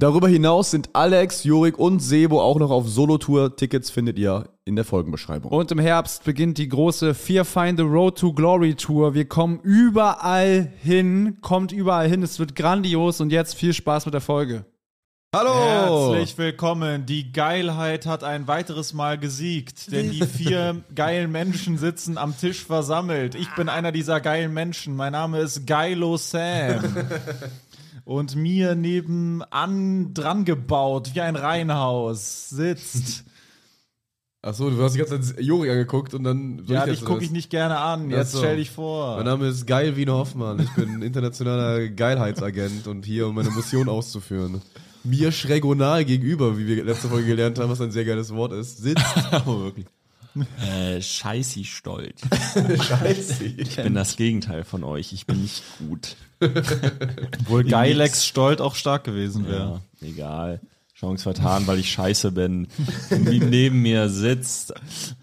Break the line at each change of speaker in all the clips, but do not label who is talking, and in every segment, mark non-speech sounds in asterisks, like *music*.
Darüber hinaus sind Alex, Jurik und Sebo auch noch auf Solo-Tour. Tickets findet ihr in der Folgenbeschreibung.
Und im Herbst beginnt die große Fear Find the Road to Glory Tour. Wir kommen überall hin, kommt überall hin. Es wird grandios und jetzt viel Spaß mit der Folge.
Hallo!
Herzlich willkommen. Die Geilheit hat ein weiteres Mal gesiegt, denn die vier geilen Menschen sitzen am Tisch versammelt. Ich bin einer dieser geilen Menschen. Mein Name ist Geilo
*laughs*
Sam. Und mir nebenan dran gebaut, wie ein Reihenhaus,
*laughs*
sitzt.
Achso, du hast die ganze Zeit Juri angeguckt und dann. soll
Ja,
jetzt
dich gucke ich
erst?
nicht gerne an.
Ach
Jetzt
so.
stell dich
Mein
vor.
Name ist Geil Wiener Hoffmann. Ich bin *laughs* internationaler Geilheitsagent und hier, um meine Mission auszuführen. Mir schrägonal gegenüber, wie wir letzte Folge gelernt haben, was ein sehr geiles Wort ist, sitzt. wirklich.
Äh, scheißi stolz.
*laughs* Scheiße.
Ich bin das Gegenteil von euch. Ich bin nicht gut.
Obwohl Geilex
nix.
Stolt auch stark gewesen wäre.
Ja, egal. Chance vertan, weil ich scheiße bin. Wie neben mir sitzt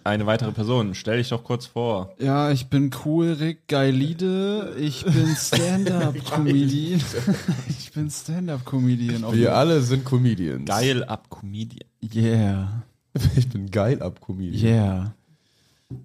eine weitere Person. Stell dich doch kurz vor.
Ja, ich bin cool, Rick Geilide. Ich *laughs* bin Stand-Up-Comedian. ich bin Stand-Up-Comedian.
*laughs* Wir alle sind Comedians.
Geil ab Comedian.
Yeah,
Ich bin geil ab Comedian.
yeah.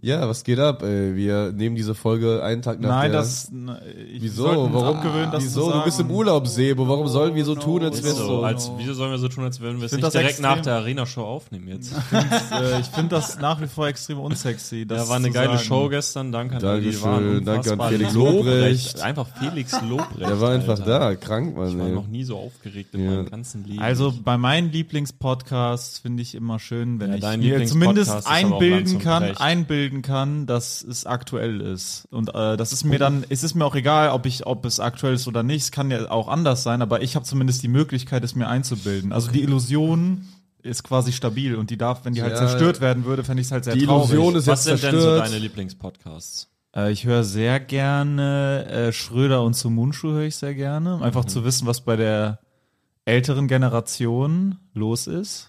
Ja, was geht ab? Ey? Wir nehmen diese Folge einen Tag nach
Nein,
der...
das. na, Ich
Wieso?
sollte uns
Warum?
Abgewöhnen, das zu
Wieso?
sagen.
Du bist im Urlaub, Sebo. Warum sollen wir so tun, als
Ist
wär's
Genau, So,
so?
als, wieso sollen wir so tun, als würden wir es
Sind
nicht
das
direkt
extrem?
nach der Arena-Show aufnehmen jetzt? *laughs*
Äh, ich finde das nach wie vor extrem unsexy. Das
Da war eine
zu
geile
sagen.
Show gestern. Danke an alle, die
Dankeschön.
waren.
Danke an
unfassbar.
Felix Lobrecht.
Einfach
*laughs*
Felix Lobrecht.
Der war einfach
Alter.
da, krank, Mann.
Ich war
ey.
noch nie so aufgeregt in
Ja.
meinem ganzen Leben.
Also bei meinen Lieblingspodcasts finde ich immer schön, wenn
Ja,
ich
dein
mir
Lieblingspodcast
zumindest
ist aber auch Lanz
einbilden
und
kann,
Precht.
einbilden kann, dass es aktuell ist. Und äh, das ist mir dann, es ist mir auch egal, ob ich, ob es aktuell ist oder nicht. Es kann ja auch anders sein, aber ich habe zumindest die Möglichkeit, es mir einzubilden. Also die Illusion ist quasi stabil und die darf, wenn die halt
Ja,
zerstört werden würde, fände ich es halt sehr
die
traurig.
Illusion ist
was
jetzt
sind denn so
zerstört.
deine Lieblingspodcasts?
Äh, ich höre sehr gerne äh, Schröder und Sumunchu höre ich sehr gerne, um einfach zu wissen, was bei der älteren Generation los ist.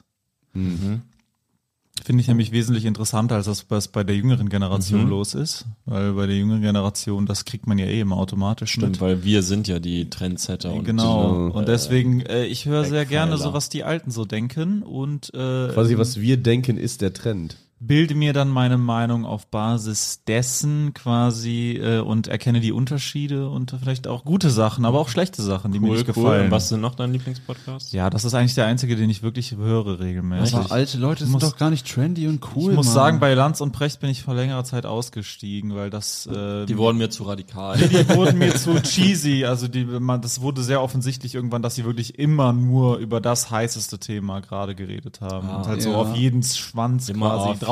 Finde ich nämlich wesentlich interessanter, als das, was bei der jüngeren Generation los ist. Weil bei der jüngeren Generation, das kriegt man ja eh immer automatisch
Stimmt,
mit.
weil wir sind ja die
Äh,
Trendsetter und
Genau.
so,
und deswegen, äh, ich höre sehr gerne so,
Eckpfeiler.
was die Alten so denken und äh,
Quasi, was wir denken, ist der Trend.
bilde mir dann meine Meinung auf Basis dessen quasi äh, und erkenne die Unterschiede und vielleicht auch gute Sachen, aber auch schlechte Sachen, die mir
cool,
nicht
cool.
gefallen.
Und was sind noch dein Lieblingspodcast?
ja, das ist eigentlich der einzige, den ich wirklich höre regelmäßig.
Aber alte Leute sind
muss-
doch gar nicht trendy und cool.
ich muss
Mann.
sagen, bei Lanz und Precht bin ich vor längerer Zeit ausgestiegen, weil das äh,
Die wurden mir zu *laughs* radikal.
die wurden mir zu cheesy. Also die, man, das wurde sehr offensichtlich irgendwann, dass sie wirklich immer nur über das heißeste Thema gerade geredet haben und halt so
Ah, Ja.
auf jeden Schwanz quasi drauf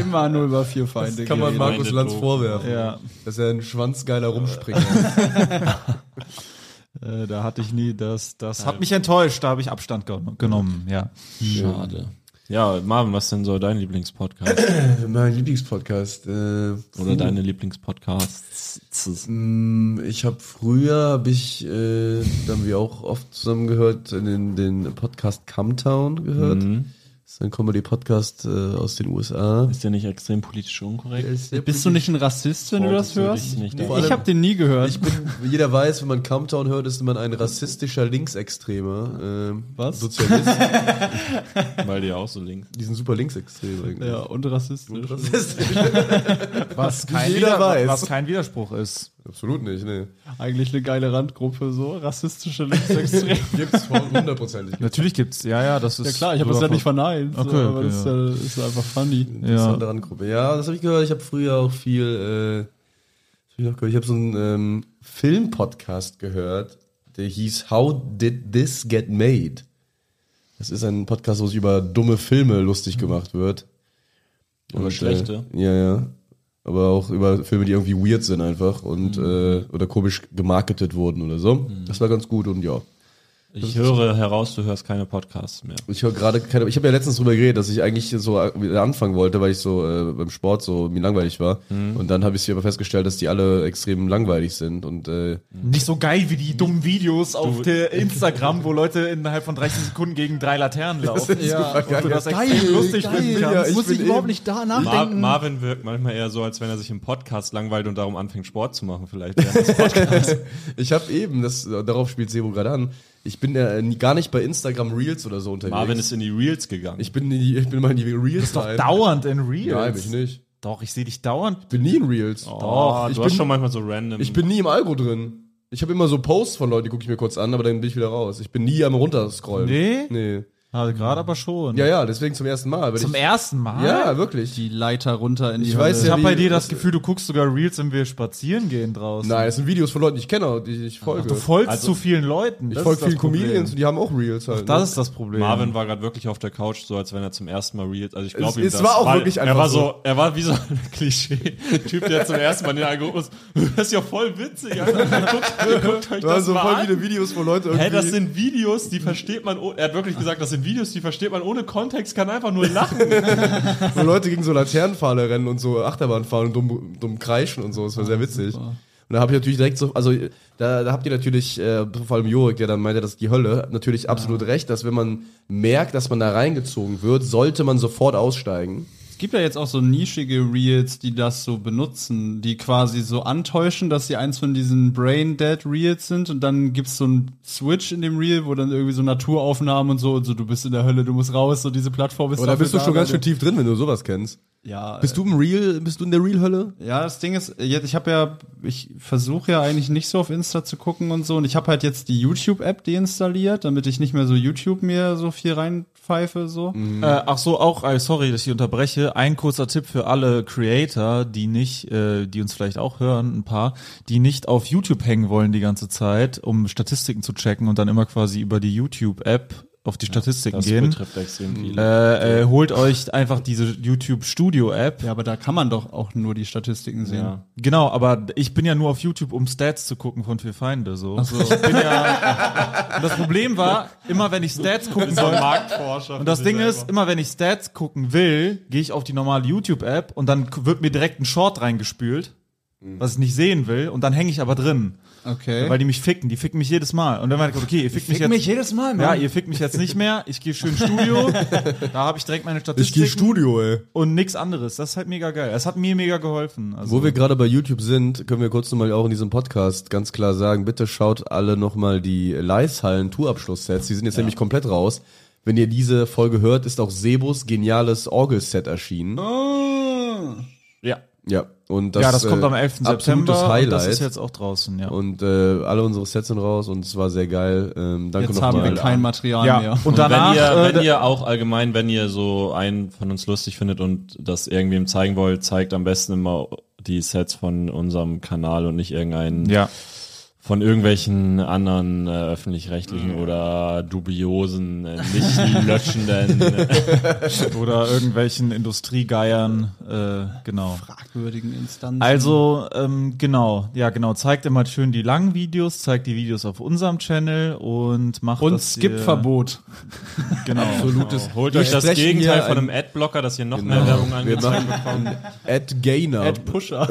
immer nur über vier Feinde.
Kann man
geredet.
Markus Lanz
Doof.
vorwerfen,
Ja.
dass er ein schwanzgeiler Rumspringer ist.
Äh, da hatte ich nie das. Das hat mich enttäuscht. Da habe ich Abstand gen- genommen. Ja.
Schade. Ja, Marvin, was denn so dein Lieblingspodcast?
*laughs* mein Lieblingspodcast. Äh,
Oder deine Lieblingspodcasts?
Mm, Ich habe früher, habe ich, äh, da haben wir auch oft zusammen gehört, den, den Podcast Camtown gehört.
Mhm.
Das ist ein Comedy-Podcast äh, aus den USA.
Ist der nicht extrem politisch unkorrekt?
Bist du nicht ein Rassist, wenn du das hörst?
Wolltest du dich nicht
ich
da-
habe den nie gehört.
Ich bin, jeder weiß, wenn man Camtown hört, ist man ein rassistischer Linksextremer. ähm,
Was?
Sozialist.
Weil die auch so links.
Die sind super linksextrem eigentlich.
ja, und rassistisch.
Rassistisch.
Was
kein Wider-
Was
was
kein Widerspruch ist.
Absolut nicht, ne.
Eigentlich eine geile Randgruppe, so
*laughs*
rassistische Linksextreme.
Gibt's voll hundertprozentig.
Natürlich gibt's. Ja, ja, das ist.
ja klar, ich habe das ja nicht verneint, so,
Okay,
aber
okay,
das ist, ja, das ist einfach funny.
Ja.
Ja.
Anderen Gruppe. Ja, das habe ich gehört. Ich habe früher auch viel. Äh, was hab ich noch gehört? ich habe so einen ähm, Film-Podcast gehört, der hieß How Did This Get Made? Das ist ein Podcast, wo sich über dumme Filme lustig gemacht wird.
Über
Und,
schlechte.
Äh, ja, ja. Aber auch über Filme, die irgendwie weird sind einfach und äh, oder komisch gemarketet wurden oder so. Das war ganz gut und ja.
Ich höre heraus, du hörst keine Podcasts mehr.
Ich höre gerade keine. Ich habe ja letztens drüber geredet, dass ich eigentlich so äh, wieder anfangen wollte, weil ich so äh, beim Sport so mir langweilig war. Und dann habe ich hier aber festgestellt, dass die alle extrem langweilig sind. Und äh,
Nicht so geil wie die dummen Videos auf der Instagram, wo Leute innerhalb von 30 Sekunden gegen drei Laternen laufen.
Ja.
Und du das
Geil,
extrem lustig
geil,
finden
ja,
kannst.
ich
Muss ich eh
bin eh
überhaupt
eben-
nicht da
Mar
nachdenken.
Marvin wirkt manchmal eher so, als wenn er sich im Podcast langweilt und darum anfängt, Sport zu machen, vielleicht. *laughs* während des Podcasts.
ich habe eben, das äh, darauf spielt Sebo gerade an. Ich bin ja äh, nie- gar nicht bei Instagram Reels oder so unterwegs.
Marvin ist in die Reels gegangen.
ich bin in die, ich bin mal in die Reels.
Doch
rein.
dauernd in Reels.
Nein, bin ich nicht.
Doch, ich sehe dich dauernd.
Ich bin nie in Reels.
oh,
ich
du hast
bin-
schon manchmal so random.
Ich bin nie im Algo drin. Ich habe immer so Posts von Leuten, die gucke ich mir kurz an, aber dann bin ich wieder raus. Ich bin nie am runterscrollen.
Nee?
Nee.
Also gerade aber schon.
Ja, ja, deswegen zum ersten Mal. weil
Zum
ich,
ersten Mal?
Ja, wirklich.
die Leiter runter in die
Ich weiß
Ich
ja-
habe bei dir
Wie-
das Gefühl, du guckst sogar Reels, wenn wir spazieren gehen draußen.
Nein, das sind Videos von Leuten, die ich kenne und die ich folge.
Du folgst
Also-
zu vielen Leuten.
ich
Das
folge
ist das
vielen
Problem.
Comedians und die haben auch Reels halt.
Das
ne?
ist das Problem.
Marvin war gerade wirklich auf der Couch, so als wenn er zum ersten Mal Reels. Also ich
Es-
glaube ihm
es
das.
war auch
weil
wirklich
Er
einfach
war
so.
so, er war wie so ein *laughs* Klischee-Typ, der zum ersten Mal in den Algorithmus. *laughs* Das ist ja voll witzig. Alter. Guckt, guckt euch
Da waren
das
so
mal
voll
an.
viele Videos von Leuten irgendwie.
Hä, das sind Videos, die versteht man. oh- Er hat wirklich gesagt, das sind Videos, die versteht man ohne Kontext, kann einfach *laughs* nur lachen.
wo Leute gegen so Laternenpfahle rennen und so Achterbahn fahren und dumm, dumm kreischen und so. Das war sehr witzig. Und da habe ich natürlich direkt so, also da, da habt ihr natürlich, äh, vor allem Jorik, der dann meinte, das ist die Hölle, natürlich absolut recht, dass wenn man merkt, dass man da reingezogen wird, sollte man sofort aussteigen.
Es gibt ja jetzt auch so nischige Reels, die das so benutzen, die quasi so antäuschen, dass sie eins von diesen Brain Dead Reels sind und dann gibt's so einen Switch in dem Reel, wo dann irgendwie so Naturaufnahmen und so und so du bist in der Hölle, du musst raus, so diese Plattform ist
Aber da
dafür
bist du schon ganz schön
weil
tief drin, wenn du sowas kennst.
du- Ja.
Bist du im Real, bist du in der Real-Hölle?
Ja, das Ding ist, äh, jetzt ich habe ja, ich versuche ja eigentlich nicht so auf Insta zu gucken und so. Und ich habe halt jetzt die YouTube-App deinstalliert, damit ich nicht mehr so YouTube mir so viel reinpfeife so.
Äh, ach so, auch, äh, sorry, dass ich unterbreche. Ein kurzer Tipp für alle Creator, die nicht, äh, die uns vielleicht auch hören, ein paar, die nicht auf YouTube hängen wollen die ganze Zeit, um Statistiken zu checken und dann immer quasi über die YouTube-App auf die Statistiken gehen.
extrem viele.
Äh, äh, holt euch einfach diese YouTube Studio App.
Ja, aber da kann man doch auch nur die Statistiken sehen.
Ja.
Genau, aber ich bin ja nur auf YouTube, um Stats zu gucken von vier Feinde. So. Ich bin ja, und das Problem war, immer wenn ich Stats gucken
So ein
wollte,
Marktforscher.
Und das Ding ist, immer wenn ich Stats gucken will, gehe ich auf die normale YouTube-App und dann k- wird mir direkt ein Short reingespült, was ich nicht sehen will, und dann hänge ich aber drin,
Okay.
weil die mich ficken. Die ficken mich jedes Mal. Und dann meinte ich, okay, ihr fickt mich jetzt.
jedes Mal,
ja, ihr fickt mich jetzt nicht mehr. Ich gehe schön Studio. da habe ich direkt meine
Ich gehe
Statistiken
Studio, ey.
und nix anderes. Das ist halt mega geil. Es hat mir mega geholfen. Also,
Wo wir gerade bei YouTube sind, können wir kurz nochmal auch in diesem Podcast ganz klar sagen, bitte schaut alle nochmal die Leishallen Tourabschlusssets, die sind jetzt nämlich komplett raus. Wenn ihr diese Folge hört, ist auch Sebos geniales Orgelset erschienen.
ja.
Ja, und das,
ja, das kommt
äh,
am 11.
absolutes
September.
Highlight.
Und das ist jetzt auch draußen, ja.
und äh, alle unsere Sets sind raus und es war sehr geil. Ähm, danke
Jetzt haben wir
nochmal.
kein Material
ja.
mehr.
Und danach,
wenn ihr,
äh,
wenn ihr auch allgemein, wenn ihr so einen von uns lustig findet und das irgendwem zeigen wollt, zeigt am besten immer die Sets von unserem Kanal und nicht irgendeinen
ja.
von irgendwelchen anderen äh, öffentlich-rechtlichen
Mhm.
oder dubiosen, äh,
*laughs*
nicht löschenden. äh,
Oder irgendwelchen Industriegeiern, äh, genau.
*laughs* fragwürdigen Instanzen.
Also, ähm, genau, ja, genau. Zeigt immer schön die langen Videos, zeigt die Videos auf unserem Channel und macht
und
dass
Skip-Verbot.
ihr- Genau.
absolutes.
Holt
Wir
euch das
sprechen
Gegenteil
hier
von einem
ein-
Adblocker, dass ihr noch
Genau.
mehr Werbung
Wir
angezeigt
machen *laughs*
bekommt.
Ad Gainer.
Pusher.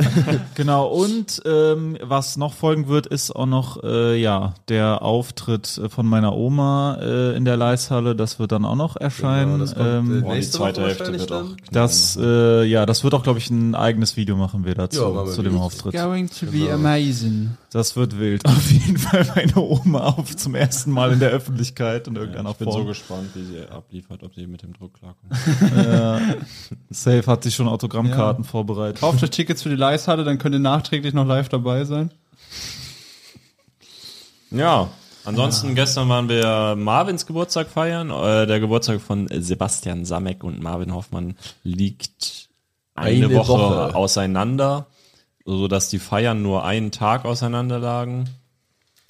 Genau, und ähm, was noch folgen wird, ist auch noch, äh, ja, der Auftritt äh, von meiner Oma äh, in der Leishalle. Das wird dann auch noch erscheinen.
das kommt,
ähm,
äh,
Boah, die
Nächste
zweite
Woche
Hälfte
wahrscheinlich
wird
dann?
auch.
das, äh, ja, das wird auch, glaube ich, ein eigenes Video machen wir dazu,
Ja, machen wir
zu dem
wieder.
Auftritt.
Going to
genau.
be amazing.
Das wird wild. *laughs* Auf jeden Fall meine Oma auf zum ersten Mal in der Öffentlichkeit in irgendeiner
Genau,
Ja, ich bin so
Form.
gespannt, wie sie abliefert, ob sie mit dem Druck klarkommt.
Safe hat sich schon Autogrammkarten vorbereitet.
Kauft euch Tickets für die Leishalle, dann könnt ihr nachträglich noch live dabei sein.
Ja, ansonsten gestern waren wir Marvins Geburtstag feiern. Äh, der Geburtstag von Sebastian Samek und Marvin Hoffmann liegt eine,
Eine
Woche,
Woche.
auseinander, so dass die Feiern nur einen Tag auseinander lagen.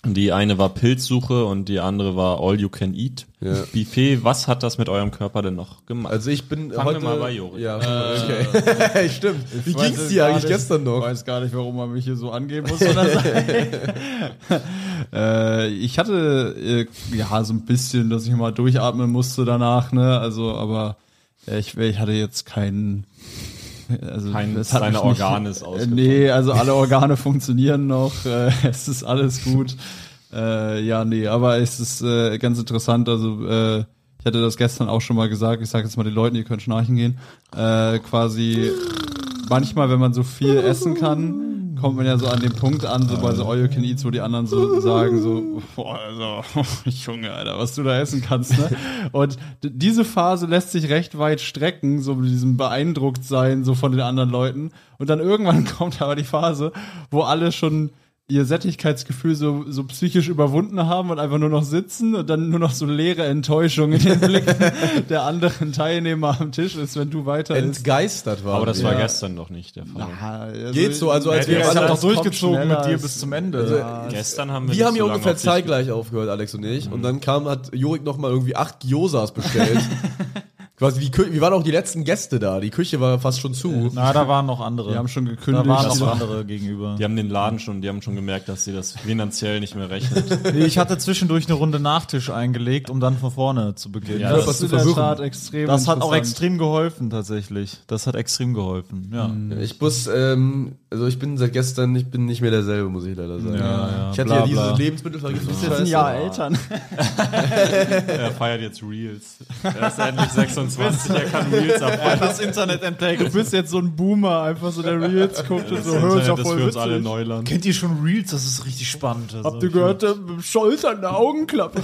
Die eine war Pilzsuche und die andere war All You Can Eat.
Ja.
Buffet, was hat das mit eurem Körper denn noch gemacht?
Also ich bin
Fangen wir
heute
mal bei Jorik
Ja, okay. *laughs* Stimmt. Wie ging's dir eigentlich gestern noch?
Ich weiß gar nicht, warum man mich hier so angeben muss. Oder so. *laughs* Äh, ich hatte äh, ja so ein bisschen, dass ich mal durchatmen musste danach, ne? Also, aber äh, ich, ich hatte jetzt keinen. Also,
Keines
es hat
deiner
mich nicht-
Organe ist
äh,
ausgefallen.
Nee, also alle Organe *laughs* funktionieren noch. Äh, es ist alles gut. Äh, ja, nee, aber es ist äh, ganz interessant. Also, äh, ich hatte das gestern auch schon mal gesagt. Ich sage jetzt mal den Leuten, ihr könnt schnarchen gehen. Äh, quasi manchmal, wenn man so viel essen kann, kommt man ja so an den Punkt an, so bei so All You Can Eats, wo die anderen so sagen, so, boah, also, Junge, Alter, was du da essen kannst, ne? Und d- diese Phase lässt sich recht weit strecken, so mit diesem Beeindrucktsein, so von den anderen Leuten. Und dann irgendwann *laughs* kommt aber die Phase, wo alle schon ihr Sättigkeitsgefühl so, so psychisch überwunden haben und einfach nur noch sitzen und dann nur noch so leere Enttäuschung in den Blicken der anderen Teilnehmer am Tisch ist, wenn du weiter isst.
Entgeistert war.
Aber das war
ja.
gestern doch nicht der Fall.
Ah, also-
Geht so, also als
Ja,
wir
das
alle
halt
hat
noch
doch
durchgezogen mit dir bis
ist-
zum Ende.
Also,
Gestern haben wir
Wir haben
nicht
hier
so lange
ungefähr
auf dich ge-
zeitgleich aufgehört, Alex und ich. Und dann kam, hat Jorik nochmal irgendwie acht Gyosas bestellt. Quasi, wie, Kü- wie waren auch die letzten Gäste da? Die Küche war fast schon zu.
Na, da waren noch andere.
Wir haben schon gekündigt.
da waren
Das
noch
war-
andere gegenüber.
Die haben den Laden schon, die haben schon gemerkt, dass sie das finanziell nicht
*laughs*
mehr rechnet.
Nee, Ich hatte zwischendurch eine Runde Nachtisch eingelegt, um dann von vorne zu beginnen.
Ja,
das,
das-
das,
zu
ist in der
versuchen.
Tat extrem
hat auch
interessant.
extrem geholfen, tatsächlich. Das hat extrem geholfen, ja.
Mhm.
Ich muss, ähm, also ich bin seit gestern, ich bin nicht mehr derselbe, muss ich leider sagen.
ja,
ich hatte
bla,
ja diese
bla.
Lebensmittelvergiftung.
Das sind ja Eltern.
er feiert jetzt Reels. Er ist endlich 26, er kann Reels abfeiern. Das Internet entdeckt.
Du bist jetzt so ein Boomer, einfach so der Reels guckt und
Das
so, hör, ist ja
Internet ist
voll
für uns alle
witzig.
Neuland.
Kennt ihr schon Reels? Das ist richtig spannend.
Habt ihr gehört, der Scholz an der Augenklappe?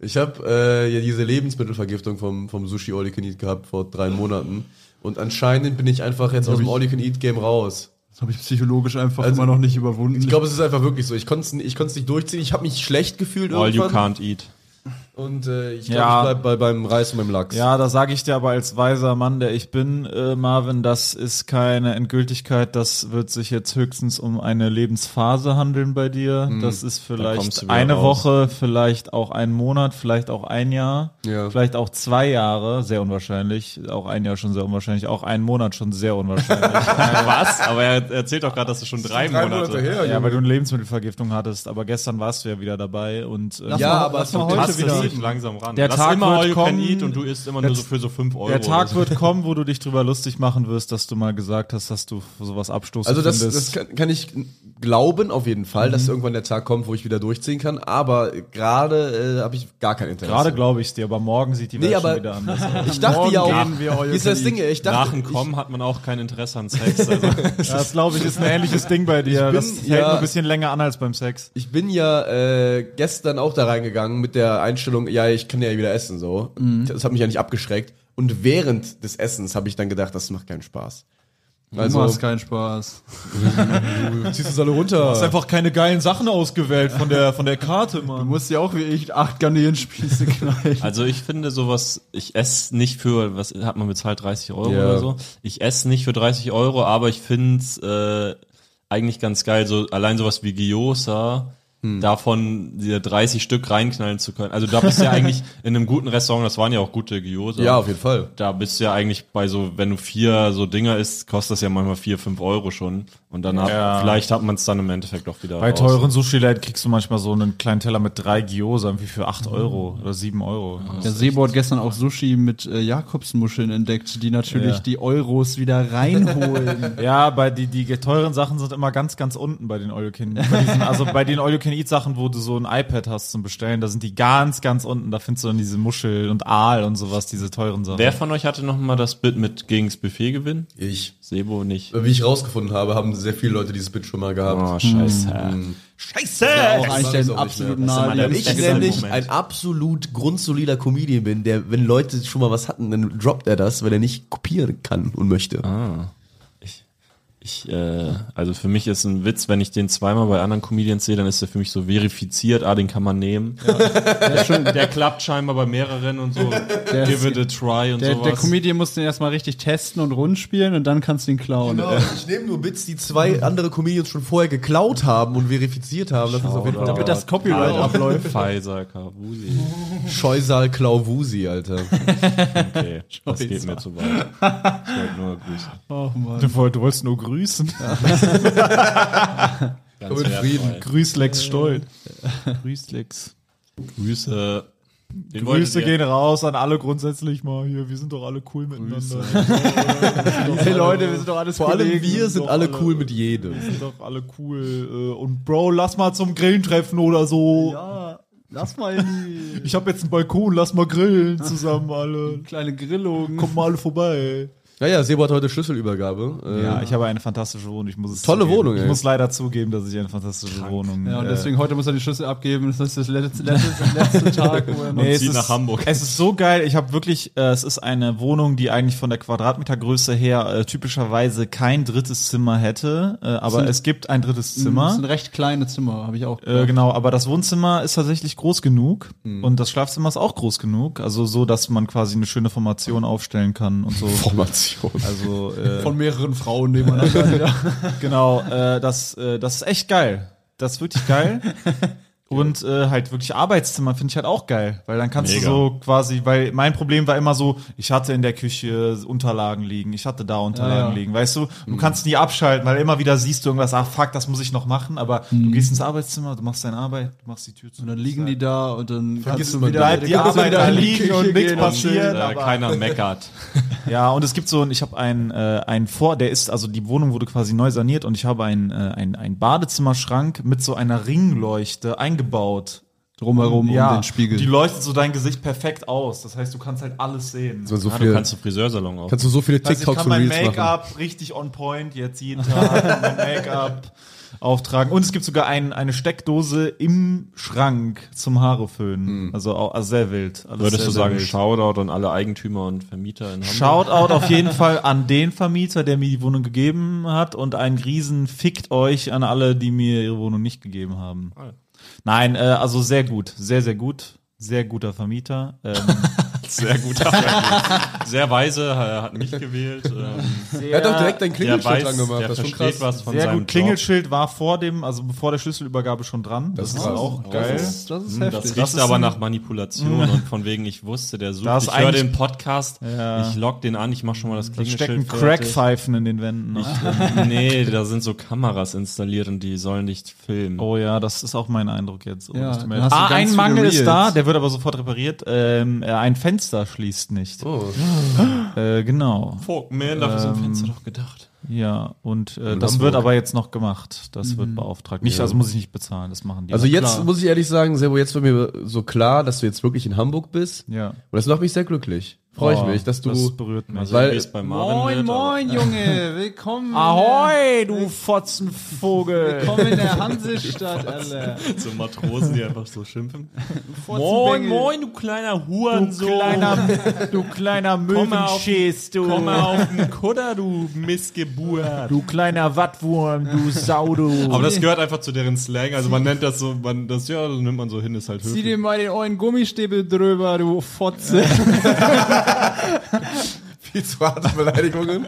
Ich habe äh, ja diese Lebensmittelvergiftung vom, vom Sushi All You Can Eat gehabt vor drei Monaten. Und anscheinend bin ich einfach jetzt aus dem All You Can Eat Game raus.
Das habe ich psychologisch einfach
Also,
immer noch nicht überwunden.
Ich glaube, es ist einfach wirklich so. Ich konnte es ich konnt's nicht durchziehen. Ich habe mich schlecht gefühlt
All you
irgendwann.
can't eat.
Und äh, ich glaube,
Ja.
ich bleib bei, beim Reis und beim Lachs.
Ja, da sage ich dir aber als weiser Mann, der ich bin, äh, Marvin, das ist keine Endgültigkeit. Das wird sich jetzt höchstens um eine Lebensphase handeln bei dir. Das ist
Mhm.
vielleicht
kommst du wieder
eine
raus.
Woche, vielleicht auch ein Monat, vielleicht auch ein Jahr,
Ja.
vielleicht auch zwei Jahre, sehr unwahrscheinlich. Auch ein Jahr schon sehr unwahrscheinlich, auch ein Monat schon sehr unwahrscheinlich. *laughs*
*laughs* Was? Aber er erzählt doch gerade, dass es schon drei, Monate,
her.
ja, weil du eine Lebensmittelvergiftung hattest, aber gestern warst du ja wieder dabei und äh,
Ja,
mal-
aber
lass
es
mal
wird-
heute
Passt
wieder.
das nicht langsam ran.
Der
Lass
Tag
immer
wird
all you
kommen.
can eat und du isst immer nur so für so 5 Euro.
Der Tag
oder so.
wird kommen, wo du dich drüber lustig machen wirst, dass du mal gesagt hast, dass du sowas abstoßen
Also das,
findest.
das kann, kann ich glauben auf jeden Fall, dass irgendwann der Tag kommt, wo ich wieder durchziehen kann. Aber gerade äh, habe ich gar kein Interesse.
Gerade glaube ich dir, aber morgen sieht die Welt
Nee,
schon
aber
wieder
*laughs*
anders aus.
ich dachte
Morgen
ja
gehen wir
auch,
All You
ist das
Can
Ding, ich
Nach
dachte,
dem Kommen hat man auch kein Interesse
*laughs*
an Sex. Also
Das glaube ich ist ein ähnliches Ding bei dir.
bin-
das hält
ja.
nur ein bisschen länger an als beim Sex.
ich bin ja äh, gestern auch da reingegangen mit der Einstellung, ja, ich kann ja wieder essen so. Das hat mich ja nicht abgeschreckt. Und während des Essens habe ich dann gedacht, das macht keinen Spaß. Also,
du machst
du
keinen Spaß.
ziehst es alle runter.
einfach keine geilen Sachen ausgewählt von der, von der Karte,
Du
Mann.
musst ja auch wie ich acht Garnelenspieße *laughs* knallen.
Also ich finde sowas, ich esse nicht für, was hat man bezahlt, 30 Euro
Ja.
oder so. Ich esse nicht für 30 Euro, aber ich finde es äh, eigentlich ganz geil, so allein sowas wie Gyoza,
Hm.
davon diese 30 Stück reinknallen zu können. Also da bist
*laughs*
du ja eigentlich in einem guten Restaurant, das waren ja auch gute Gyoza.
Ja, auf jeden Fall.
Da bist du ja eigentlich bei so, wenn du vier so Dinger isst, kostet das ja manchmal vier, fünf Euro schon. Und dann hat,
Ja.
vielleicht hat man es dann im Endeffekt auch wieder
Bei
raus.
teuren Sushi-Läden kriegst du manchmal so einen kleinen Teller mit drei Gyoza, irgendwie für
Mhm.
8 Euro oder 7 Euro.
Der Sebo hat gestern auch Sushi mit äh, Jakobsmuscheln entdeckt, die natürlich
Ja.
die Euros wieder reinholen.
*laughs* Ja, bei die, die teuren Sachen sind immer ganz, ganz unten bei den All You Can bei diesen, Also bei den All You Can Eat Sachen, wo du so ein iPad hast zum Bestellen, da sind die ganz, ganz unten. Da findest du dann diese Muschel und Aal und sowas, diese teuren Sachen.
Wer von euch hatte noch mal das Bit mit gegens Buffet gewinnen?
Ich.
Sebo nicht.
Wie ich rausgefunden habe, haben sehr viele Leute dieses Bit schon mal gehabt.
Oh, scheiße.
Scheiße!
auch eigentlich
weiß
der
auch nicht mehr.
absolut
Oh, Das ist immer der
Weil ich
Beste
nahe.
Moment.
nämlich ein absolut grundsolider Comedian bin, der, wenn Leute schon mal was hatten, dann droppt er das, weil er nicht kopieren kann und möchte.
Ah. Ich, äh, also für mich ist ein Witz, wenn ich den zweimal bei anderen Comedians sehe, dann ist der für mich so verifiziert, ah, den kann man nehmen. Der, der klappt scheinbar bei mehreren und so, give it a try und
Der, der
sowas.
Comedian muss den erstmal richtig testen und rundspielen und dann kannst du ihn klauen.
äh, Ich nehme nur Bits, die
*laughs*
zwei andere Comedians schon vorher geklaut haben und verifiziert haben. Das ist auf jeden Fall
Damit das Copyright abläuft.
Pfizer, Kabuli.
Scheusal Klauwusi,
*laughs*
Alter.
*laughs*
Okay, das geht mir zu weit. Ich wollte nur grüßen.
Oh Mann.
Du wolltest nur grüßen.
Ganz wertvoll.
Grüß Lex Stoll.
Grüß Lex.
Grüße. Den
Grüße
wollten wir-
gehen raus an alle grundsätzlich mal hier. Wir sind doch alle cool miteinander. *laughs*
Hey Leute, wir sind doch alles
Vor allem
Kollegen. äh,
wir sind
doch
alle
alle-
cool mit jedem.
Wir sind doch alle cool. äh, Und Bro, lass mal zum Grillen treffen oder so.
Ja, lass mal in
Ich habe jetzt einen Balkon, lass mal grillen zusammen alle.
die *laughs* kleine Grillung.
Kommt mal alle vorbei.
Naja, Sebo hat heute Schlüsselübergabe. Äh,
Ja, ich habe eine fantastische Wohnung. Ich muss es
Tolle
zugeben.
Wohnung,
Ich
ey.
muss leider zugeben, dass ich eine fantastische Wohnung
Ja, und
äh,
deswegen heute muss er die Schlüssel abgeben. Das ist das letzte, letzte,
*laughs*
letzte Tag, wo er noch
Nee,
es
zieht
ist,
nach Hamburg.
Es ist so geil. Ich habe wirklich, äh, es ist eine Wohnung, die eigentlich von der Quadratmetergröße her äh, typischerweise kein drittes Zimmer hätte. Äh, aber
Sind-
es gibt ein drittes
Das
Zimmer.
sind recht kleine Zimmer, habe ich auch.
Äh, genau, aber das Wohnzimmer ist tatsächlich groß genug und das Schlafzimmer ist auch groß genug, also so, dass man quasi eine schöne Formation aufstellen kann und
Äh,
so.
Formation.
Also äh,
Von mehreren
*laughs*
Frauen nebeneinander. ja.
genau, äh, das, äh, das ist echt geil. Das ist wirklich
*laughs*
geil. Und äh, halt wirklich Arbeitszimmer finde ich halt auch geil, weil dann kannst
Mega.
du so quasi, weil mein Problem war immer so, ich hatte in der Küche Unterlagen liegen, ich hatte da Unterlagen
Ah, Ja, Mhm. ja.
liegen, weißt du, du kannst nie abschalten, weil immer wieder siehst du irgendwas, ach fuck, das muss ich noch machen, aber du gehst ins Arbeitszimmer, du machst deine Arbeit, du machst die Tür zu.
Mhm.
halt
Und dann liegen die da und dann
Vergisst
kannst
du
wieder-
bleibt
die
kannst du
Arbeit
wieder
da
in die
liegen
Küche
und nichts
gehen und
passiert.
chillen.
Äh,
aber- *laughs*
keiner meckert.
Ja, und es gibt so, ein- ich habe ein, äh, ein Vor, der ist, also die Wohnung wurde quasi neu saniert und ich habe einen, äh, einen, einen Badezimmerschrank mit so einer Ringleuchte eingebaut.
Drumherum
ja,
um den Spiegel.
Die leuchtet so dein Gesicht perfekt aus. Das heißt, du kannst halt alles sehen.
Dass man so
Ah, du
viele,
kannst du Friseursalon auf.
kannst du so viele
Das heißt, ich
TikToks
kann mein
und Reels machen.
Make-up richtig on point jetzt jeden Tag *laughs* mein Make-up auftragen. Und es gibt sogar ein, eine Steckdose im Schrank zum Haare
Hm.
föhnen. Also, au- also sehr wild. Alles
Würdest
sehr,
du
sehr
sagen,
wild.
Shoutout an alle Eigentümer und Vermieter in Hamburg?
Shoutout auf jeden Fall an den Vermieter, der mir die Wohnung gegeben hat und ein Riesen fickt euch an alle, die mir ihre Wohnung nicht gegeben haben.
Ah,
Nein, äh, also sehr gut, sehr, sehr gut. Sehr guter Vermieter. Ähm,
*laughs*
*laughs*
Sehr guter Freund. Sehr weise, er hat mich gewählt. Ähm,
Er hat doch direkt dein
der
Klingelschild
weiß,
lang gemacht.
der
Das ist schon
versteht
krass.
was von
sehr
seinem
gut. Klingelschild war vor dem, also bevor der Schlüsselübergabe schon dran.
Das ist
ist
krass.
auch
Das
geil.
Das ist, das
Hm,
ist
Job.
heftig.
Das riecht aber nach Manipulation und von wegen, ich wusste, der sucht.
Mm. Das ist
ich höre
eigentlich-
den Podcast,
Ja.
ich log den an, ich mache schon mal das
da stecken
Klingelschild. fertig.
Crackpfeifen in den Wänden. ne?
*laughs* Nee, da sind so Kameras installiert und die sollen nicht filmen.
Oh ja, das ist auch mein Eindruck jetzt. Oh,
Ja,
das tut mir
dann
leid.
hast du
ah,
ganz
ein
viele
Mangel ist da,
Reels.
der wird aber sofort repariert. Ähm, äh, ein Fenster schließt nicht.
Oh.
Äh, genau.
Fuck, man, dafür sind Fenster doch gedacht.
Ja, und äh,
In
das
Hamburg.
wird aber jetzt noch gemacht. Das wird beauftragt. Nicht, also muss ich nicht bezahlen, das machen die.
Also
ja.
jetzt muss ich ehrlich sagen, Sebo, jetzt wird mir so klar, dass du jetzt wirklich in Hamburg bist.
Ja.
Und das macht mich sehr glücklich. Freue ich
Oh,
mich, dass du.
Das berührt mich.
Also,
Weil-
wie es bei Marvin
Moin,
wird,
moin, Junge. Willkommen.
*laughs* Ahoi, du Fotzenvogel!
Willkommen in der Hansestadt, alle.
aber So Matrosen, die einfach so schimpfen.
Furzenbengel.
du kleiner
Du kleiner, du kleiner
Komm mal auf-
Möwenschiss, du.
auf den Kutter, du Missgeburt.
Du kleiner Wattwurm, du Sau, du.
Aber das gehört einfach zu deren Slang. Also man nennt das so, man das ja, das nimmt man so hin, ist halt
Zieh dir
höflich.
mal den euren Gummistäbel drüber, du Fotze.
*laughs*
*laughs*
viel zu harte Beleidigungen.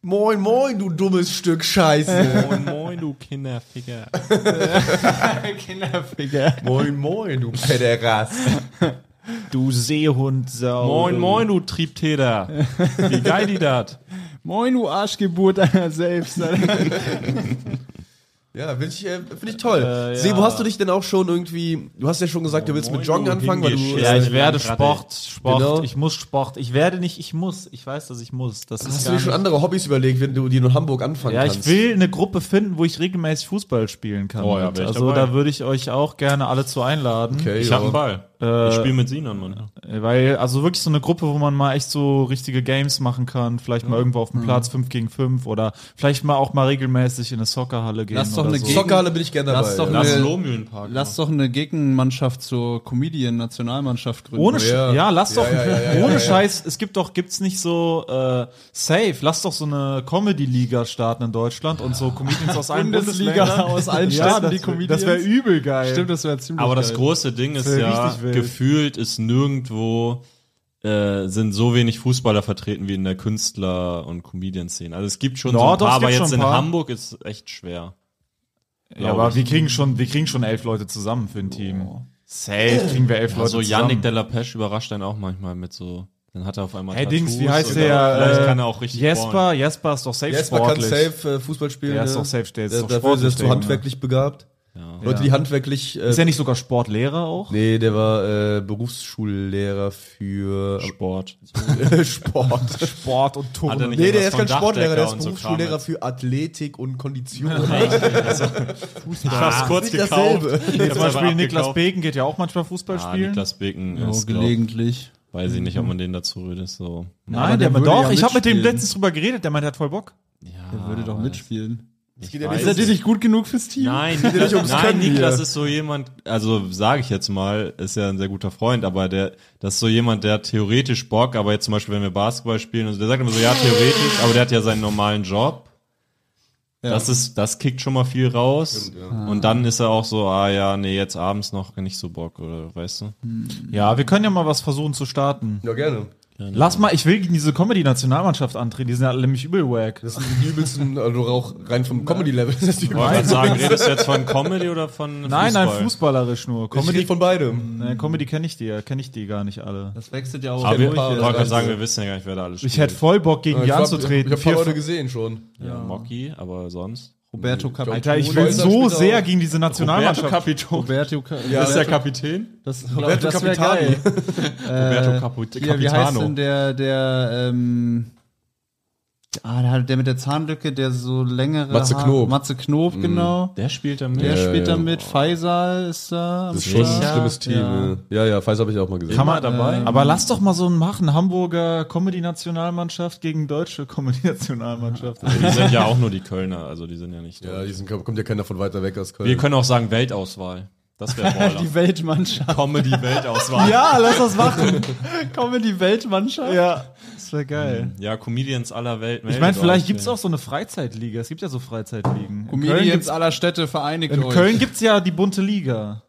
moin, moin, du dummes Stück
*laughs*
Scheiße.
Moin, moin, du Kinderficker.
Kinderficker.
moin, moin, du Pederast.
Du Seehund, Sau.
Moin, moin, du Triebtäter. Wie geil die dat?
Moin, du Arschgeburt deiner selbst. Alter.
Ja, finde ich, äh, find ich toll. Sebo, hast du dich denn auch schon irgendwie, du hast ja schon gesagt, du willst mit Joggen
du
anfangen, weil du...
Hingeschiss.
Ja,
Äh,
ich werde
Landratte.
Sport, Sport,
Genau.
ich muss Sport. Ich werde nicht, ich muss. Ich weiß, dass ich muss. Das ist
hast du
gar
dir schon
nicht-
andere Hobbys überlegt, wenn du die in Hamburg anfangen
Ja, ich
kannst?
will eine Gruppe finden, wo ich regelmäßig Fußball spielen kann.
Oh ja,
mit.
wär ich
also
dabei.
da würde ich euch auch gerne alle zu einladen.
Okay,
Ich
ja.
hab einen Ball. Ich spiel mit Sinan, Mann.
Weil, also wirklich so eine Gruppe, wo man mal echt so richtige Games machen kann. Vielleicht mal irgendwo auf dem Platz 5 gegen 5 oder vielleicht mal auch mal regelmäßig in eine Soccerhalle gehen.
Lass doch
oder
eine
so.
Gegend-
Soccerhalle bin ich gerne dabei.
Lass doch
ja.
mal-
Lass
Äh,
Lohmühlenpark.
Lass doch eine Gegenmannschaft zur Comedian-Nationalmannschaft gründen.
Ohne Sch
Ja.
ja. lass doch
Ja, ja, ja, ja,
ohne
ja.
Scheiß, es gibt doch gibt's nicht so äh, safe, lass doch so eine Comedy Liga starten in Deutschland und so Comedians aus allen
Bundesliga
Bundesländern.
aus allen
ja,
Städten,
das,
die Comedians.
das wäre übel geil.
Stimmt, das wäre ziemlich
Aber das
geil.
große Ding ist
wär
ja,
richtig wild.
gefühlt ist nirgendwo äh, sind so wenig Fußballer vertreten wie in der Künstler- und Comedian-Szene. Also es gibt schon
Ja,
so ein
doch,
paar,
es gibt
aber
schon
jetzt
ein
in
paar.
Hamburg ist echt schwer.
ja,
glaub
aber
ich.
wir kriegen schon wir kriegen schon elf Leute Oh. zusammen für ein Team. Safe kriegen wir elf Leute
Also
zusammen.
Yannick de la Peche überrascht einen auch manchmal mit so Dann hat er auf einmal.
Hey, Dings, wie heißt
und
der?
Vielleicht
äh,
kann er auch richtig ballen.
Jesper, Jesper ist doch safe
Jesper
sportlich.
kann safe äh, Fußball spielen.
Der ist
ne?
doch safe, der ist doch
dafür ist er
sportlich, der
so
Junge.
handwerklich begabt. Leute, die handwerklich. Äh,
Ist er nicht sogar Sportlehrer auch?
nee, der war äh, Berufsschullehrer für
Sport.
*laughs* Sport.
Sport und
Hat
Turnen. *laughs*
er nicht
nee, der
irgendwas
ist
von
kein Sportlehrer, der
Dachdecker
ist
und so Kram
Berufsschullehrer
jetzt?
für Athletik und Kondition.
*laughs*
Ich hab's kurz
Nicht dasselbe.
gekauft. Ich hab's
Zum
aber
Beispiel Niklas
abgekauft.
Beken geht ja auch manchmal Fußball
Ah,
spielen.
Niklas Beken
So
ist, glaub,
Oh, gelegentlich.
weiß ich nicht, ob man den dazu redet. So.
Nein, der,
der würde
doch,
ja
ich habe mit dem
mitspielen.
letztens drüber geredet, der meint, er hat voll Bock.
Ja,
Der würde doch
aber
mitspielen.
ich
geht ja
weiß
nicht- Ist er dir
nicht gut genug fürs Team?
Nein,
geht ja
Niklas,
nicht ums
nein
Können hier.
Niklas ist so jemand, also sage ich jetzt mal, ist ja ein sehr guter Freund, aber der, das ist so jemand, der hat theoretisch Bock, aber jetzt zum Beispiel, wenn wir Basketball spielen, also der sagt immer so, ja, theoretisch, aber der hat ja seinen normalen Job. Das ist, das kickt schon mal viel raus. Und dann ist er auch so, ah ja, nee, jetzt abends noch nicht so Bock, oder weißt du?
Ja, wir können ja mal was versuchen zu starten.
ja, gerne.
Lass mal, ich will gegen diese Comedy-Nationalmannschaft antreten, die sind ja alle nämlich übel wack.
Das sind die übelsten, also auch rein vom Comedy-Level. *laughs* Das ist die
Ich wollte gerade sagen, redest du jetzt von Comedy oder von
Nein,
Fußball?
nein, fußballerisch nur.
Comedy
Comedy,
von beidem.
nee, Comedy kenne ich die ja, kenne ich die gar nicht alle.
Das wechselt ja auch
Aber wir, ich
Kennt
wollte
Paul,
gerade
also-
sagen, wir wissen ja gar nicht, wer da alles spielt.
Ich hätte voll Bock, gegen die
Ich hab-
anzutreten.
Ich habe
Vier-
Leute gesehen schon.
ja, Mocky, aber sonst.
Roberto Capitone.
Alter, ich will
Häuser
so
spielt er
sehr
auch.
gegen diese Nationalmannschaft.
Capitone.
Roberto Capitone.
Ja,
Ist der Kapitän?
das,
Roberto
das wäre
Capitano.
geil.
Roberto
Äh,
Caput-
Hier, wie heißt
Capitano.
denn der, der, ähm, ah, der, der mit der Zahnlücke, der so längere.
Matze
Haar-
Knob.
Matze Knob, genau.
Der spielt da mit.
Der spielt
ja.
da mit. Faisal ist da. am
Das ist schon ein
Start.
schlimmes Team.
Ja.
ne? Ja, ja, Pfizer habe ich auch mal gesehen.
Kann man
dabei?
dabei? Aber lass doch mal so einen machen. Hamburger Comedy-Nationalmannschaft gegen deutsche Comedy-Nationalmannschaft.
Die sind ja auch nur die Kölner, also die sind ja äh, nicht
Ja,
dort.
die sind, kommt ja keiner von weiter weg als Köln.
Wir können auch sagen Weltauswahl. Das *laughs* wäre Baller.
Die Weltmannschaft.
Comedy-Weltauswahl. ja.
Ja, lass
*laughs*
das machen.
Comedy-Weltmannschaft?
ja, das wäre geil.
Comedians aller Mhm. Welt.
Ich meine, vielleicht gibt's auch so eine Freizeitliga. Es gibt ja so Freizeitligen. In Köln
Comedians
gibt's,
aller Städte vereinigt
in
euch.
Köln gibt's ja die bunte Liga.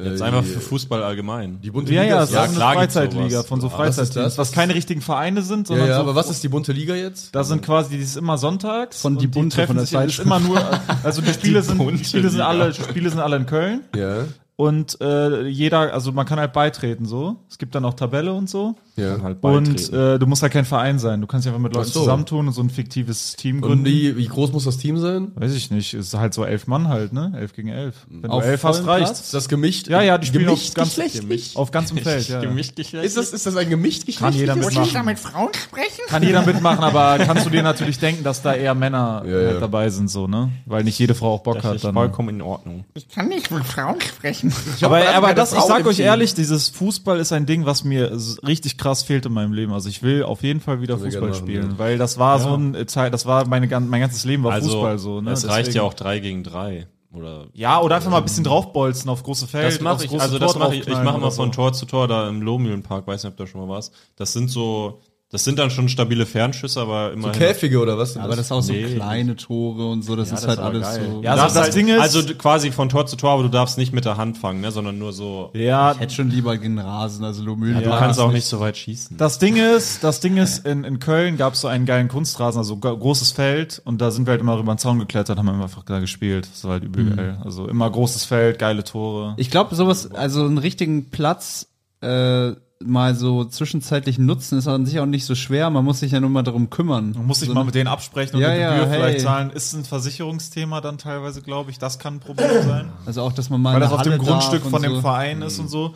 Äh,
Jetzt einfach
die-
für Fußball allgemein.
die bunte
Ja,
Liga.
ja,
ist-
es
ja,
ist eine
klar gibt's
Freizeitliga
sowas.
von so
Aber
was ist
Freizeitteams,
das?
was keine richtigen Vereine sind,
ja,
sondern
ja,
so
aber was ist die bunte Liga jetzt?
Da sind quasi, die ist immer sonntags.
Von die
und
Bunte,
treffen
von der
sich- ist
Zeitschrift.
immer nur, also die Spiele sind, die
Bunte
Spiele sind
Liga.
alle, Spiele sind alle in Köln.
Ja,
Und äh, jeder, also man kann halt beitreten so. Es gibt dann auch Tabelle und so.
ja.
Halt
Und
beitreten.
äh, du musst halt kein Verein sein. Du kannst dich einfach mit Leuten
Ach so.
zusammentun und so ein fiktives Team gründen.
Und die, wie groß muss das Team sein?
Weiß ich nicht. Ist halt so elf Mann halt, ne? Elf gegen elf. Wenn
Auf
du elf hast,
vollem
reicht's.
Ist das gemischt?
Ja, ja, die spielen
gemischt,
auf ganz-
geschlechtlich.
Auf ganzem Feld, ja. ja.
Gemischt
Ist das, ist das ein gemischt
Kann
geschlechtliches
jeder mitmachen.
mit Frauen sprechen?
Kann jeder mitmachen, aber kannst du dir natürlich denken, dass da eher Männer
Ja,
halt
ja.
dabei sind, so, ne? Weil nicht jede Frau auch Bock
das
hat.
ist
Dann.
vollkommen in Ordnung.
Ich kann nicht mit Frauen sprechen.
Aber,
aber
aber
keine
das, ich
Frau
sag
im
euch
Team.
ehrlich, dieses Fußball ist ein Ding, was mir s- richtig krass fehlt in meinem Leben. Also ich will auf jeden Fall wieder
wir
Fußball
gerne machen,
spielen, weil das war so ein äh, Zeit, das war meine gan- mein ganzes Leben war
Also,
Fußball so. Ne?
es reicht
Deswegen-
ja auch drei gegen drei. Oder
Ja, oder einfach mal ein bisschen draufbolzen auf große Feld.
Das mache
aufs
ich,
große
also das
Tor
mache ich, ich
draufknallen
mache mal
oder so.
von Tor zu Tor da im Lohmühlenpark, weiß nicht, ob da schon mal warst. Das sind so, das sind dann schon stabile Fernschüsse, aber immer.
Käfige oder was? denn
Aber das ist auch so
Nee.
kleine Tore und so, das ist
das
halt
ist aber
alles
geil.
so.
Ja, also das Ding ist-
also d- quasi von Tor zu Tor, aber du darfst nicht mit der Hand fangen, ne, sondern nur so.
Ja,
Ich hätte schon lieber gegen Rasen, also Lomühlen.
du kannst auch nicht so weit schießen.
das Ding ist, das Ding ist, in, in Köln gab es so einen geilen Kunstrasen, also go- großes Feld und da sind wir halt immer über den Zaun geklettert, haben einfach da gespielt. Das war halt
Mhm.
übel geil. Also immer großes Feld, geile Tore.
Ich glaube, sowas, also einen richtigen Platz äh, mal so zwischenzeitlich nutzen, ist an sich auch nicht so schwer. Man muss sich ja nur mal darum kümmern.
Man muss sich mal mit denen absprechen und
Ja,
eine
ja,
Gebühr vielleicht
hey.
zahlen. Ist ein Versicherungsthema dann teilweise, glaube ich. Das kann ein Problem sein.
Also auch, dass man mal
Weil
in
das
der
auf dem
Halle darf
Grundstück
und
von dem
so.
Verein ist und so.